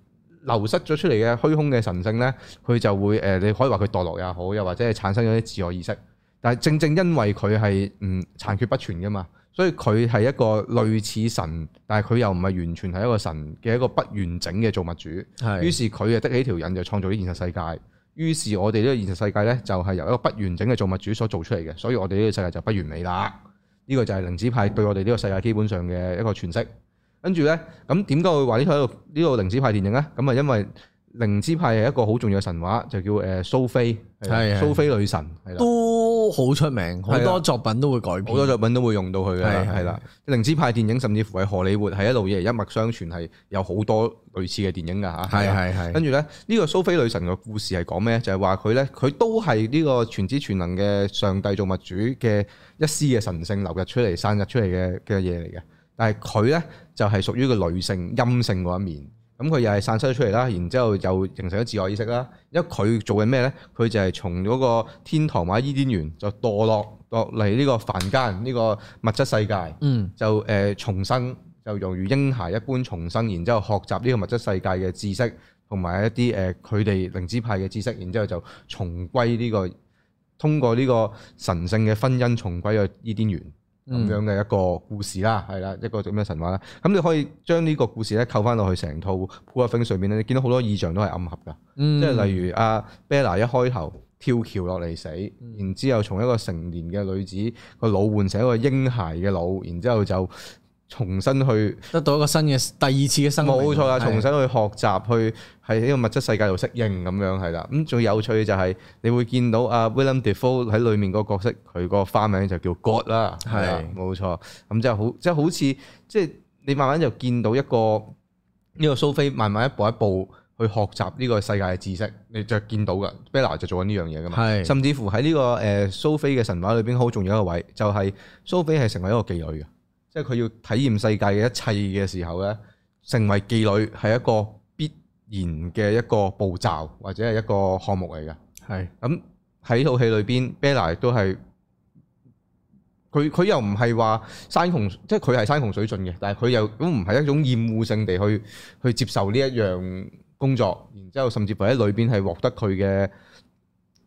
[SPEAKER 1] 流失咗出嚟嘅虛空嘅神性咧，佢就會誒、呃你可以話佢墮落也好，又或者係產生咗啲自我意識。但係正正因為佢係嗯殘缺不全噶嘛，所以佢係一個類似神，但係佢又唔係完全係一個神嘅一個不完整嘅造物主。於
[SPEAKER 2] 係
[SPEAKER 1] 是佢啊就得起條引就創造啲現實世界。於是我哋呢個現實世界呢，就係由一個不完整嘅造物主所做出嚟嘅，所以我哋呢個世界就不完美啦。呢個就係靈子派對我哋呢個世界基本上嘅一個詮釋。跟住呢，咁點解會話呢套呢個靈子派電影呢？咁啊，因為呃靈子派係一個好重要嘅神話，就叫誒蘇菲，係啦
[SPEAKER 2] 係係
[SPEAKER 1] 蘇菲女神，係啦，
[SPEAKER 2] 都都好出名，好
[SPEAKER 1] 係
[SPEAKER 2] 多
[SPEAKER 1] 啊
[SPEAKER 2] 作品都會改
[SPEAKER 1] 好多
[SPEAKER 2] 編。
[SPEAKER 1] 作品都會用到佢嘅，
[SPEAKER 2] 係
[SPEAKER 1] 係啦。靈芝派電影甚至乎喺荷里活係一路以嚟一脈相傳，係有好多類似嘅電影㗎嚇。
[SPEAKER 2] 係
[SPEAKER 1] 啦
[SPEAKER 2] 係係
[SPEAKER 1] 跟住咧，呢、個蘇菲女神嘅故事係講咩？就係話佢咧，佢都係呢個全知全能嘅上帝造物主嘅一絲嘅神性流入出嚟、散入出嚟嘅嘅嘢嚟嘅。但係佢咧就係屬於個女性陰性嗰一面。咁佢又係散失咗出嚟啦，然之後又形成咗自我意識啦。因為佢做緊咩咧？佢就係從嗰個天堂或者伊甸園就墮落落嚟呢個凡間呢、個物質世界。
[SPEAKER 2] 嗯
[SPEAKER 1] 就誒、呃重生，就猶如嬰孩一般重生，然之後學習呢個物質世界嘅知識，同埋一啲誒佢哋靈知派嘅知識，然之後就重歸呢、個通過呢個神聖嘅婚姻重歸個伊甸園咁
[SPEAKER 2] 嗯
[SPEAKER 1] 樣嘅一個故事啦，係啦、一個咁嘅神話啦。咁你可以將呢個故事咧扣翻落去成套 Poor Thing 上面咧，你見到好多意象都係暗合㗎。
[SPEAKER 2] 嗯，
[SPEAKER 1] 即係例如阿 Bella 一開頭跳橋落嚟死，然之後從一個成年嘅女子個腦換成一個嬰孩嘅腦，然之後就重新去
[SPEAKER 2] 得到一個新嘅第二次嘅生命。
[SPEAKER 1] 冇錯啦，
[SPEAKER 2] 係
[SPEAKER 1] 重新去學習去喺呢個物質世界度適應咁樣係啦。咁最有趣嘅就係你會見到阿 William Defoe 喺裡面個角色，佢個花名就叫 God 啦，係啦
[SPEAKER 2] 係
[SPEAKER 1] 冇錯。咁即係好即係好似即係你慢慢就見到一個呢個蘇菲慢慢一步一步去學習呢個世界嘅知識，你就見到噶。Bella 就做緊呢樣嘢噶嘛，
[SPEAKER 2] 係
[SPEAKER 1] 甚至乎喺呢、個誒、呃、蘇菲嘅神話裏邊好重要一個位，就係、蘇菲係成為一個妓女嘅，即係佢要體驗世界嘅一切嘅時候咧，成為妓女係一個必然嘅一個步驟或者係一個項目嚟嘅。
[SPEAKER 2] 係
[SPEAKER 1] 咁喺套戲裏邊，Bella 亦都係佢佢又唔係話山窮，即係佢係山窮水盡嘅，但係佢又都唔係一種厭惡性地去去接受呢一樣工作，然之後甚至乎喺裏邊係獲得佢嘅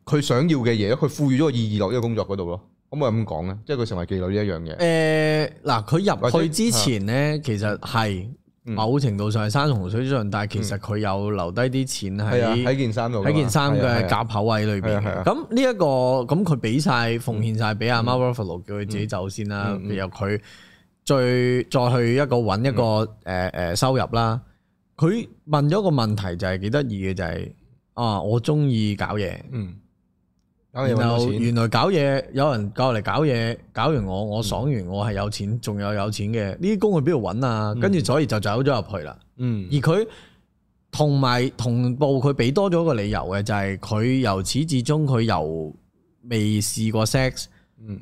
[SPEAKER 1] 佢想要嘅嘢，佢賦予咗個意義落呢個工作嗰度咯。可唔可以咁講咧？即係佢成為妓女呢一樣嘢，
[SPEAKER 2] 誒呃嗱，
[SPEAKER 1] 或
[SPEAKER 2] 佢入
[SPEAKER 1] 者啊
[SPEAKER 2] 去之前咧，其實係
[SPEAKER 1] 嗯
[SPEAKER 2] 某程度上係山重水盡，但係其實佢有留低啲錢
[SPEAKER 1] 係啊，喺
[SPEAKER 2] 喺
[SPEAKER 1] 件衫度㗎嘛，
[SPEAKER 2] 喺件衫
[SPEAKER 1] 係啊係
[SPEAKER 2] 嘅
[SPEAKER 1] 啊
[SPEAKER 2] 夾口位裏
[SPEAKER 1] 係
[SPEAKER 2] 邊
[SPEAKER 1] 啊係啊。
[SPEAKER 2] 咁呢一個咁佢俾晒奉獻晒俾阿 Mark Ruffalo，叫佢自己走先啦，
[SPEAKER 1] 嗯嗯
[SPEAKER 2] 然後佢再再去一個揾一個
[SPEAKER 1] 嗯
[SPEAKER 2] 誒誒收入啦。佢問咗個問題就係幾得意嘅，就係啊，我中意搞嘢。
[SPEAKER 1] 嗯，搞嘢揾
[SPEAKER 2] 然
[SPEAKER 1] 到
[SPEAKER 2] 後
[SPEAKER 1] 錢，
[SPEAKER 2] 原來搞嘢有人教嚟搞嘢，搞完我
[SPEAKER 1] 嗯
[SPEAKER 2] 我爽完我係有錢，仲有有錢嘅呢啲工去邊度揾啊？跟住所以就走咗入去啦。
[SPEAKER 1] 嗯
[SPEAKER 2] 而佢同埋同步佢俾多咗一個理由嘅，就係佢由始至終佢由未試過 sex
[SPEAKER 1] 嗯，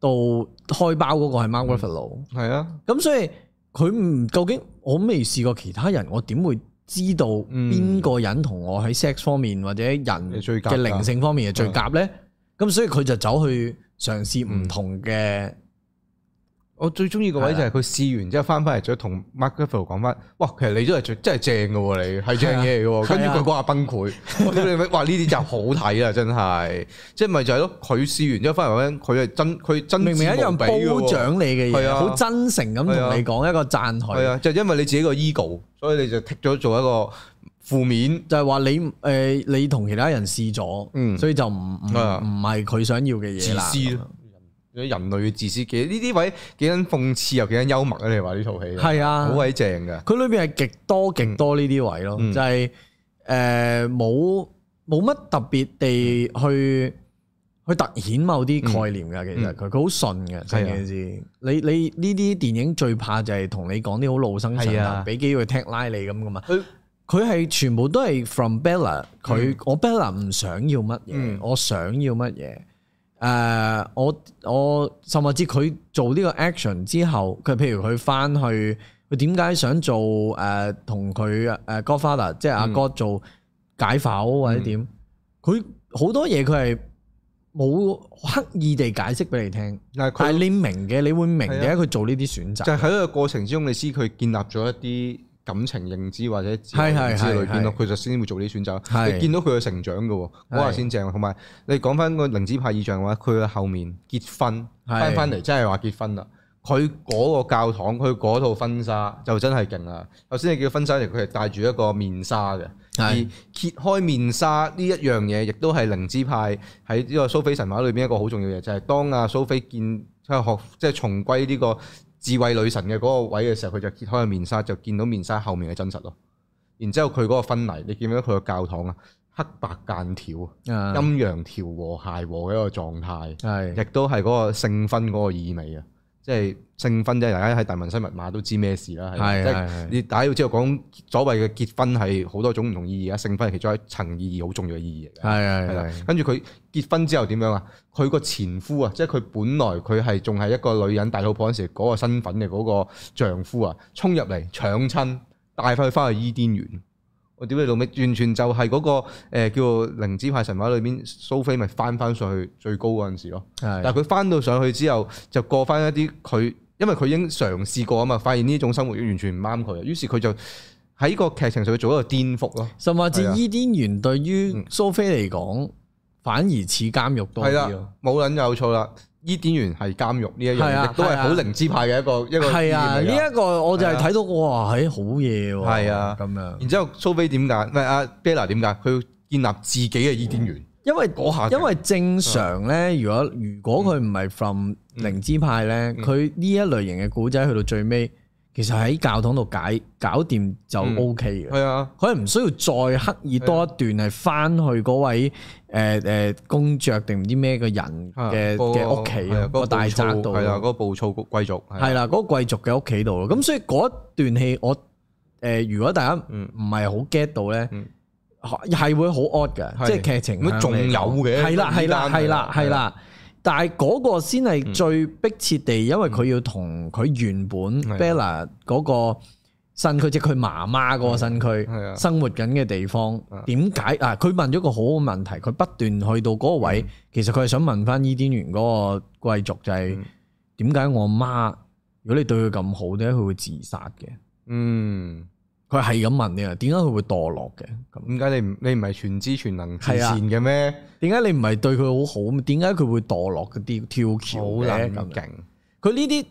[SPEAKER 2] 到開包嗰個係 Mark Ruffalo，
[SPEAKER 1] 係啊，
[SPEAKER 2] 咁所以佢唔究竟我未試過其他人，我點會知道
[SPEAKER 1] 嗯
[SPEAKER 2] 邊個人同我喺 sex 方面或者人
[SPEAKER 1] 最夾
[SPEAKER 2] 嘅
[SPEAKER 1] 㗎啊
[SPEAKER 2] 靈性方面係最夾呢？咁所以佢就走去嘗試唔同嘅，
[SPEAKER 1] 我最中意個位就係佢試完之後翻返嚟再同 Mark r u f f a l 講翻，哇！其實你都係最真係正嘅喎， 你係正嘢嚟嘅喎。
[SPEAKER 2] 係啊啊
[SPEAKER 1] 跟住佢嗰下崩潰，你明哇！呢啲就好睇啊啦，真係，即係咪就係咯？佢試完之後翻嚟咧，佢係真佢真
[SPEAKER 2] 明明一樣褒獎你嘅
[SPEAKER 1] 嗯係
[SPEAKER 2] 嘢，
[SPEAKER 1] 啊
[SPEAKER 2] 好真誠咁同
[SPEAKER 1] 係啊
[SPEAKER 2] 你講一個讚
[SPEAKER 1] 係
[SPEAKER 2] 佢，
[SPEAKER 1] 啊，就因為你自己個 ego，所以你就剔咗做一個負面。
[SPEAKER 2] 就係話你誒你同其他人試咗，
[SPEAKER 1] 嗯
[SPEAKER 2] 所以就唔唔唔
[SPEAKER 1] 係啊
[SPEAKER 2] 係佢想要嘅嘢
[SPEAKER 1] 自
[SPEAKER 2] 啦。
[SPEAKER 1] 私咯，人人類嘅自私，其實呢啲位幾撚諷刺又幾撚幽默啊！你話呢套戲
[SPEAKER 2] 係啊，
[SPEAKER 1] 好鬼正㗎，
[SPEAKER 2] 佢裏邊係極多極多呢啲位咯，
[SPEAKER 1] 嗯
[SPEAKER 2] 就係誒冇冇乜特別地
[SPEAKER 1] 嗯
[SPEAKER 2] 去去突顯某啲概念㗎。其實
[SPEAKER 1] 嗯
[SPEAKER 2] 佢佢好順
[SPEAKER 1] 啊
[SPEAKER 2] 嘅成件事。你你呢啲電影最怕就係同你講啲好老生常
[SPEAKER 1] 係
[SPEAKER 2] 談，
[SPEAKER 1] 啊
[SPEAKER 2] 俾機會踢拉你咁噶嘛。
[SPEAKER 1] 佢
[SPEAKER 2] 佢係全部都係 from Bella，佢、我 Bella 唔想要乜嘢，
[SPEAKER 1] 嗯
[SPEAKER 2] 我想要乜嘢。誒、我我甚至佢做呢個 action 之後，佢譬如佢翻去，佢點解想做誒同佢誒 Godfather，即係阿
[SPEAKER 1] 嗯
[SPEAKER 2] 哥做解剖或者點？佢好、多嘢佢係冇刻意地解釋俾你聽，
[SPEAKER 1] 但係佢
[SPEAKER 2] 但係你明嘅，你會明
[SPEAKER 1] 係啊
[SPEAKER 2] 嘅。佢做呢啲選擇
[SPEAKER 1] 就係喺呢個過程之中，你知佢建立咗一啲感情認知或者自我
[SPEAKER 2] 係
[SPEAKER 1] 認
[SPEAKER 2] 係
[SPEAKER 1] 知裏邊
[SPEAKER 2] 係
[SPEAKER 1] 咯，佢就先會做呢啲選擇。
[SPEAKER 2] 係
[SPEAKER 1] 你見到佢嘅成長嘅喎，嗰下
[SPEAKER 2] 係
[SPEAKER 1] 先正。同埋你講翻個靈子派意象嘅話，佢嘅後面結婚
[SPEAKER 2] 係
[SPEAKER 1] 翻翻嚟，真係話結婚啦。佢嗰個教堂，佢嗰套婚紗就真係勁啦。頭先你叫婚紗，佢係戴住一個面紗嘅。而
[SPEAKER 2] 係
[SPEAKER 1] 揭開面紗呢一樣嘢，亦都係靈知派喺呢個蘇菲神話裏邊一個好重要嘅嘢，就係、當阿蘇菲見即係學即係重歸呢個智慧女神嘅嗰個位嘅時候，佢就揭開個面紗，就見到面紗後面嘅真實咯。然之後佢嗰個婚禮，你見唔見到佢個教堂啊？黑白間條、
[SPEAKER 2] 啊，
[SPEAKER 1] 陰陽調和諧和嘅一個狀態。
[SPEAKER 2] 系
[SPEAKER 1] 亦都係嗰個性婚嗰個意味啊！即係性婚即係大家喺大文西密碼都知咩事啦，係即係
[SPEAKER 2] 系系
[SPEAKER 1] 你大家要知道講所謂嘅結婚係好多種唔同意義啊，性婚係其中一層意義好重要嘅意義嚟嘅。係啦
[SPEAKER 2] 系系，
[SPEAKER 1] 跟住佢結婚之後點樣啊？佢個前夫啊，即係佢本來佢係仲係一個女人大肚婆嗰陣時嗰個身份嘅嗰個丈夫啊，衝入嚟搶親，帶翻佢翻去伊甸園。我屌你老味，完全就係嗰、個、呃、叫做靈芝派神話裏邊蘇菲咪翻翻上去最高嗰陣時咯。
[SPEAKER 2] 系
[SPEAKER 1] 但係佢翻到上去之後，就過翻一啲佢，因為佢已經嘗試過啊嘛，發現呢種生活完全唔啱佢，於是佢就喺個劇情上面做一個顛覆咯。
[SPEAKER 2] 甚至
[SPEAKER 1] 係啊
[SPEAKER 2] 伊甸園對於蘇菲嚟講，反而似監獄多
[SPEAKER 1] 係
[SPEAKER 2] 啲
[SPEAKER 1] 啦
[SPEAKER 2] 咯。，
[SPEAKER 1] 冇撚有錯啦，伊甸園係監獄呢一
[SPEAKER 2] 係啊
[SPEAKER 1] 樣，亦都係好
[SPEAKER 2] 係啊
[SPEAKER 1] 靈知派嘅一個一個
[SPEAKER 2] 係啊，
[SPEAKER 1] 意念嚟㗎
[SPEAKER 2] 呢一個我就係睇到哇，係好嘢喎。
[SPEAKER 1] 係啊
[SPEAKER 2] 咁樣，
[SPEAKER 1] 然之後蘇菲點解？唔係阿 Bella 點解？佢要建立自己嘅伊甸園，
[SPEAKER 2] 因為
[SPEAKER 1] 嗰下
[SPEAKER 2] 因為正常咧，如果如果佢唔係 from 靈芝派咧，佢呢一類型嘅古仔去到最尾，其實喺教堂度解搞掂就
[SPEAKER 1] 嗯
[SPEAKER 2] O K 嘅。
[SPEAKER 1] 係啊，
[SPEAKER 2] 佢係唔需要再刻意多一段係翻去嗰位誒誒公爵定唔知咩嘅人嘅
[SPEAKER 1] 啊嗰個
[SPEAKER 2] 嘅屋企
[SPEAKER 1] 係啊
[SPEAKER 2] 啊
[SPEAKER 1] 嗰
[SPEAKER 2] 個大
[SPEAKER 1] 暴躁
[SPEAKER 2] 宅度
[SPEAKER 1] 係啊，嗰個暴躁貴族係啊
[SPEAKER 2] 係啦，嗰、個貴族嘅屋企度咯。咁所以嗰一段戲，我誒、呃如果大家
[SPEAKER 1] 嗯
[SPEAKER 2] 唔係好 get 到咧
[SPEAKER 1] 嗯，
[SPEAKER 2] 係、會好 odd 嘅，
[SPEAKER 1] 係
[SPEAKER 2] 即係劇情向
[SPEAKER 1] 咁仲
[SPEAKER 2] 你講
[SPEAKER 1] 有嘅
[SPEAKER 2] 係啦
[SPEAKER 1] 呢
[SPEAKER 2] 係啦
[SPEAKER 1] 單
[SPEAKER 2] 係
[SPEAKER 1] 係
[SPEAKER 2] 啦
[SPEAKER 1] 啦
[SPEAKER 2] 係
[SPEAKER 1] 係
[SPEAKER 2] 啦。但係嗰個先係最迫切地，因為佢要同佢原本
[SPEAKER 1] 係啊
[SPEAKER 2] Bella 嗰個身區，即係佢媽媽嗰個身區
[SPEAKER 1] 係啊
[SPEAKER 2] 生活緊嘅地方
[SPEAKER 1] 啊，
[SPEAKER 2] 點解啊？佢問咗個好好嘅問題，佢不斷去到嗰個位，
[SPEAKER 1] 嗯
[SPEAKER 2] 其實佢係想問翻伊甸園嗰個貴族就係、
[SPEAKER 1] 嗯
[SPEAKER 2] 點解我媽如果你對佢咁好咧，佢會自殺嘅？
[SPEAKER 1] 嗯。
[SPEAKER 2] 佢係咁問你啊，點解佢會墮落嘅？
[SPEAKER 1] 點
[SPEAKER 2] 咁
[SPEAKER 1] 解你唔你唔係全知全能
[SPEAKER 2] 係
[SPEAKER 1] 慈
[SPEAKER 2] 啊
[SPEAKER 1] 善嘅咩？
[SPEAKER 2] 點解你唔係對佢好好？點解佢會墮落嗰啲跳橋
[SPEAKER 1] 好
[SPEAKER 2] 嘅？
[SPEAKER 1] 撚
[SPEAKER 2] 咁樣
[SPEAKER 1] 勁，
[SPEAKER 2] 佢呢啲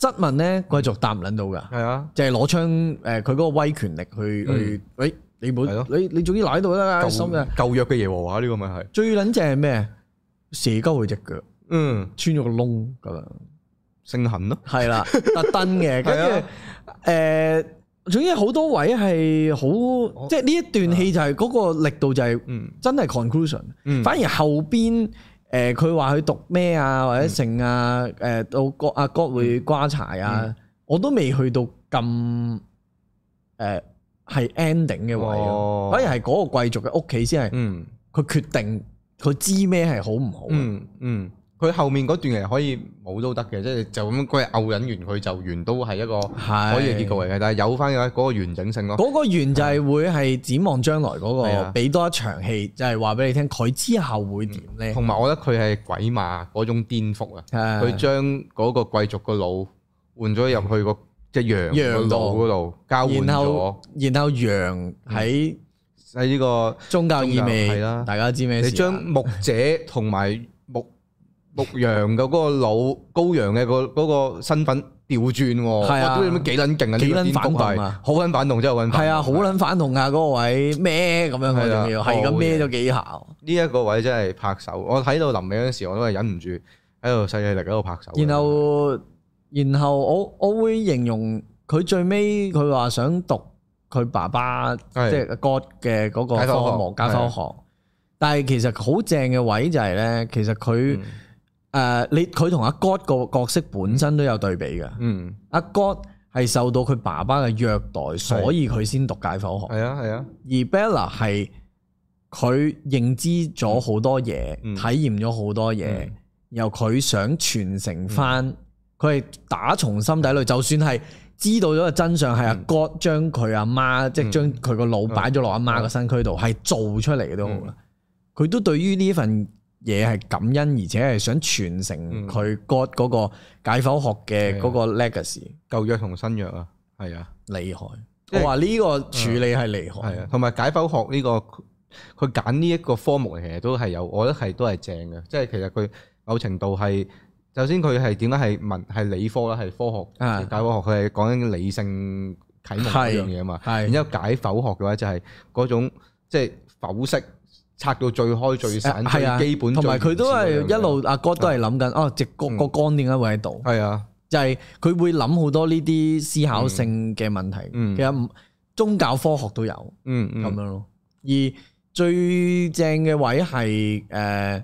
[SPEAKER 2] 質問咧，貴族答唔撚到噶，
[SPEAKER 1] 係啊，
[SPEAKER 2] 就係攞槍誒佢嗰個威權力去
[SPEAKER 1] 嗯
[SPEAKER 2] 去，喂你
[SPEAKER 1] 係
[SPEAKER 2] 冇
[SPEAKER 1] 咯
[SPEAKER 2] 你你總之賴到啦，心
[SPEAKER 1] 舊
[SPEAKER 2] 嘅
[SPEAKER 1] 舊約嘅耶和華呢個咪係，
[SPEAKER 2] 最撚正係咩？射鳩佢只腳，
[SPEAKER 1] 嗯，
[SPEAKER 2] 穿咗個窿咁樣。
[SPEAKER 1] 聖痕咯，
[SPEAKER 2] 系 啦，特登嘅，跟
[SPEAKER 1] 係
[SPEAKER 2] 住
[SPEAKER 1] 啊
[SPEAKER 2] 诶，總之好多位係好，
[SPEAKER 1] 我
[SPEAKER 2] 即係呢一段戲就係嗰個力度就係
[SPEAKER 1] 嗯
[SPEAKER 2] 真係 conclusion，
[SPEAKER 1] 嗯，
[SPEAKER 2] 反而後邊诶佢話佢讀咩啊或者成啊，诶到郭阿郭會瓜柴啊，我都未去到咁诶係 ending 嘅位
[SPEAKER 1] 哦
[SPEAKER 2] 咯，反而係嗰個貴族嘅屋企先係
[SPEAKER 1] 嗯
[SPEAKER 2] 佢決定佢知咩係好唔好啊嘅，
[SPEAKER 1] 嗯嗯，佢後面嗰段係可以冇都得嘅，即係就咁佢係摳引完佢就完都係一個
[SPEAKER 2] 係
[SPEAKER 1] 可以嘅結局嚟嘅，但係有翻嘅嗰個完整性咯，
[SPEAKER 2] 嗰個圓就係會係展望將來嗰、
[SPEAKER 1] 係
[SPEAKER 2] 個，
[SPEAKER 1] 啊
[SPEAKER 2] 俾多一場戲，就係話俾你聽佢之後會點咧？
[SPEAKER 1] 嗯同埋我覺得佢係鬼馬嗰種顛覆啊，
[SPEAKER 2] 啊
[SPEAKER 1] 佢將嗰個貴族個腦換咗入去個只羊
[SPEAKER 2] 羊
[SPEAKER 1] 個
[SPEAKER 2] 度
[SPEAKER 1] 腦嗰度交換
[SPEAKER 2] 然
[SPEAKER 1] 咗
[SPEAKER 2] 後，然後羊喺
[SPEAKER 1] 喺呢個。
[SPEAKER 2] 宗教意
[SPEAKER 1] 嗯宗
[SPEAKER 2] 味，
[SPEAKER 1] 教係啦
[SPEAKER 2] 大家知咩事啊？
[SPEAKER 1] 你將牧者同埋牧牧羊嘅嗰個老羔羊嘅嗰嗰個身份調轉喎，
[SPEAKER 2] 係啊
[SPEAKER 1] 哇屌你乜幾撚勁啊！
[SPEAKER 2] 幾撚
[SPEAKER 1] 呢個顛覆
[SPEAKER 2] 反動啊
[SPEAKER 1] 係好撚反動，真係好撚反動
[SPEAKER 2] 係啊，好撚反同啊嗰個位咩咁樣
[SPEAKER 1] 嗯係
[SPEAKER 2] 嗰
[SPEAKER 1] 啊
[SPEAKER 2] 仲要係咁
[SPEAKER 1] 好嘢
[SPEAKER 2] 孭咗幾下，
[SPEAKER 1] 呢一個位真係拍手，我睇到臨尾嗰陣時，我都係忍唔住喺度細細力喺度拍手。
[SPEAKER 2] 然後然後我我會形容佢最尾佢話想讀佢爸爸即
[SPEAKER 1] 係
[SPEAKER 2] 係 God 嘅嗰個
[SPEAKER 1] 解
[SPEAKER 2] 科
[SPEAKER 1] 剖
[SPEAKER 2] 目
[SPEAKER 1] 學
[SPEAKER 2] 解
[SPEAKER 1] 係
[SPEAKER 2] 剖
[SPEAKER 1] 啊
[SPEAKER 2] 學，但係其實好正嘅位就係咧，其實佢。
[SPEAKER 1] 嗯
[SPEAKER 2] 誒、你佢同阿 God 個角色本身都有對比嘅。
[SPEAKER 1] 嗯，
[SPEAKER 2] 阿 God 係受到佢爸爸嘅虐待，所以佢先讀解剖學。
[SPEAKER 1] 係啊係啊，
[SPEAKER 2] 而 Bella 係佢認知咗好多嘢，
[SPEAKER 1] 嗯
[SPEAKER 2] 體驗咗好多嘢，
[SPEAKER 1] 嗯
[SPEAKER 2] 然後佢想傳承翻。佢係打從心底裏，就算係知道咗個真相，係阿 God 將佢阿媽，即係
[SPEAKER 1] 嗯嗯
[SPEAKER 2] 將佢個腦擺咗落阿媽個身軀度，係做出嚟嘅都好啦。佢都對於呢份嘢係感恩，而且係想傳
[SPEAKER 1] 嗯
[SPEAKER 2] 承佢 God 嗰個解剖學嘅
[SPEAKER 1] 啊
[SPEAKER 2] 嗰個 legacy，
[SPEAKER 1] 舊約同新約啊，係啊
[SPEAKER 2] 厲害！
[SPEAKER 1] 即
[SPEAKER 2] 我
[SPEAKER 1] 係
[SPEAKER 2] 話呢個處理係厲害，
[SPEAKER 1] 係啊，同埋解剖學呢個佢揀呢一個科目其實都係有，我覺得係都係正嘅，即係其實佢某程度係。首先佢係點解係文係理科啦，係科學
[SPEAKER 2] 啊
[SPEAKER 1] 解剖學佢係講緊理性啟蒙嗰樣嘢啊嘛。
[SPEAKER 2] 係
[SPEAKER 1] 然之後解剖學嘅話就係嗰種即係剖析拆到最開最散
[SPEAKER 2] 係啊
[SPEAKER 1] 最基本，
[SPEAKER 2] 同埋佢都係
[SPEAKER 1] 最原始
[SPEAKER 2] 一
[SPEAKER 1] 嗰樣嘢
[SPEAKER 2] 路阿 God 都係諗
[SPEAKER 1] 嗯
[SPEAKER 2] 緊，哦，隻個個肝點解會喺度？
[SPEAKER 1] 係啊，
[SPEAKER 2] 就係佢會諗好多呢啲思考性嘅問題。
[SPEAKER 1] 嗯
[SPEAKER 2] 其實唔宗教科學都有
[SPEAKER 1] 嗯
[SPEAKER 2] 咁啊
[SPEAKER 1] 嗯
[SPEAKER 2] 樣咯，而最正嘅位係誒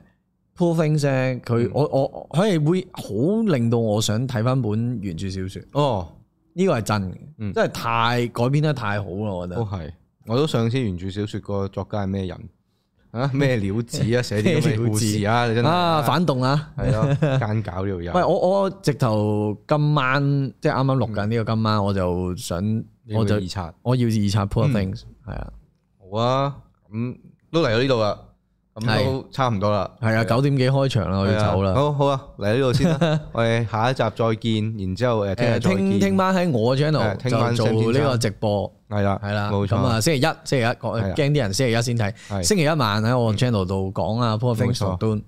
[SPEAKER 2] Poor Things 咧，佢
[SPEAKER 1] 嗯
[SPEAKER 2] 我我佢係會好令到我想睇翻本原著小説，
[SPEAKER 1] 哦，
[SPEAKER 2] 呢個係真嘅，
[SPEAKER 1] 嗯
[SPEAKER 2] 真係太改編得太好啦，我覺
[SPEAKER 1] 都哦
[SPEAKER 2] 得。
[SPEAKER 1] 係，我都想知原著小説個作家係咩人啊？咩料子啊？寫啲 咁嘅故事啊？你真係
[SPEAKER 2] 啊，反動啊！
[SPEAKER 1] 係 咯，奸搞呢條友。
[SPEAKER 2] 喂，我我直頭今晚即係啱啱錄緊呢個今晚，我就想
[SPEAKER 1] 你要
[SPEAKER 2] 我就
[SPEAKER 1] 二刷，
[SPEAKER 2] 我要二刷 Poor
[SPEAKER 1] 嗯
[SPEAKER 2] Things，係啊
[SPEAKER 1] 好啊，咁都嚟到呢度啦，咁都差唔多啦。
[SPEAKER 2] 係啊，九點幾開場啦，我要走
[SPEAKER 1] 係啊
[SPEAKER 2] 啦。
[SPEAKER 1] 好好啊，嚟呢度先啦， 我哋下一集再見，然之後誒聽日
[SPEAKER 2] 誒，
[SPEAKER 1] 再
[SPEAKER 2] 聽
[SPEAKER 1] 見。
[SPEAKER 2] 聽晚喺我
[SPEAKER 1] 係
[SPEAKER 2] channel
[SPEAKER 1] 聽晚
[SPEAKER 2] 就
[SPEAKER 1] 上
[SPEAKER 2] 做
[SPEAKER 1] 天
[SPEAKER 2] 呢個
[SPEAKER 1] 生
[SPEAKER 2] 直播。
[SPEAKER 1] 係啦，
[SPEAKER 2] 系啦，
[SPEAKER 1] 冇錯
[SPEAKER 2] 咁啊，星期一，星期一講
[SPEAKER 1] 係啊
[SPEAKER 2] 驚啲人星期一先睇，
[SPEAKER 1] 係
[SPEAKER 2] 星期一晚喺我 channel 度講啊 p o r t h i n
[SPEAKER 1] 冇
[SPEAKER 2] g s
[SPEAKER 1] 錯
[SPEAKER 2] o d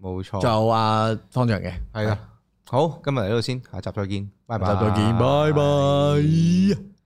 [SPEAKER 1] 冇錯，
[SPEAKER 2] 就啊方丈嘅，啊
[SPEAKER 1] 係啦。好，今日嚟呢度先，下集再見，拜拜。
[SPEAKER 2] 集再見，拜拜。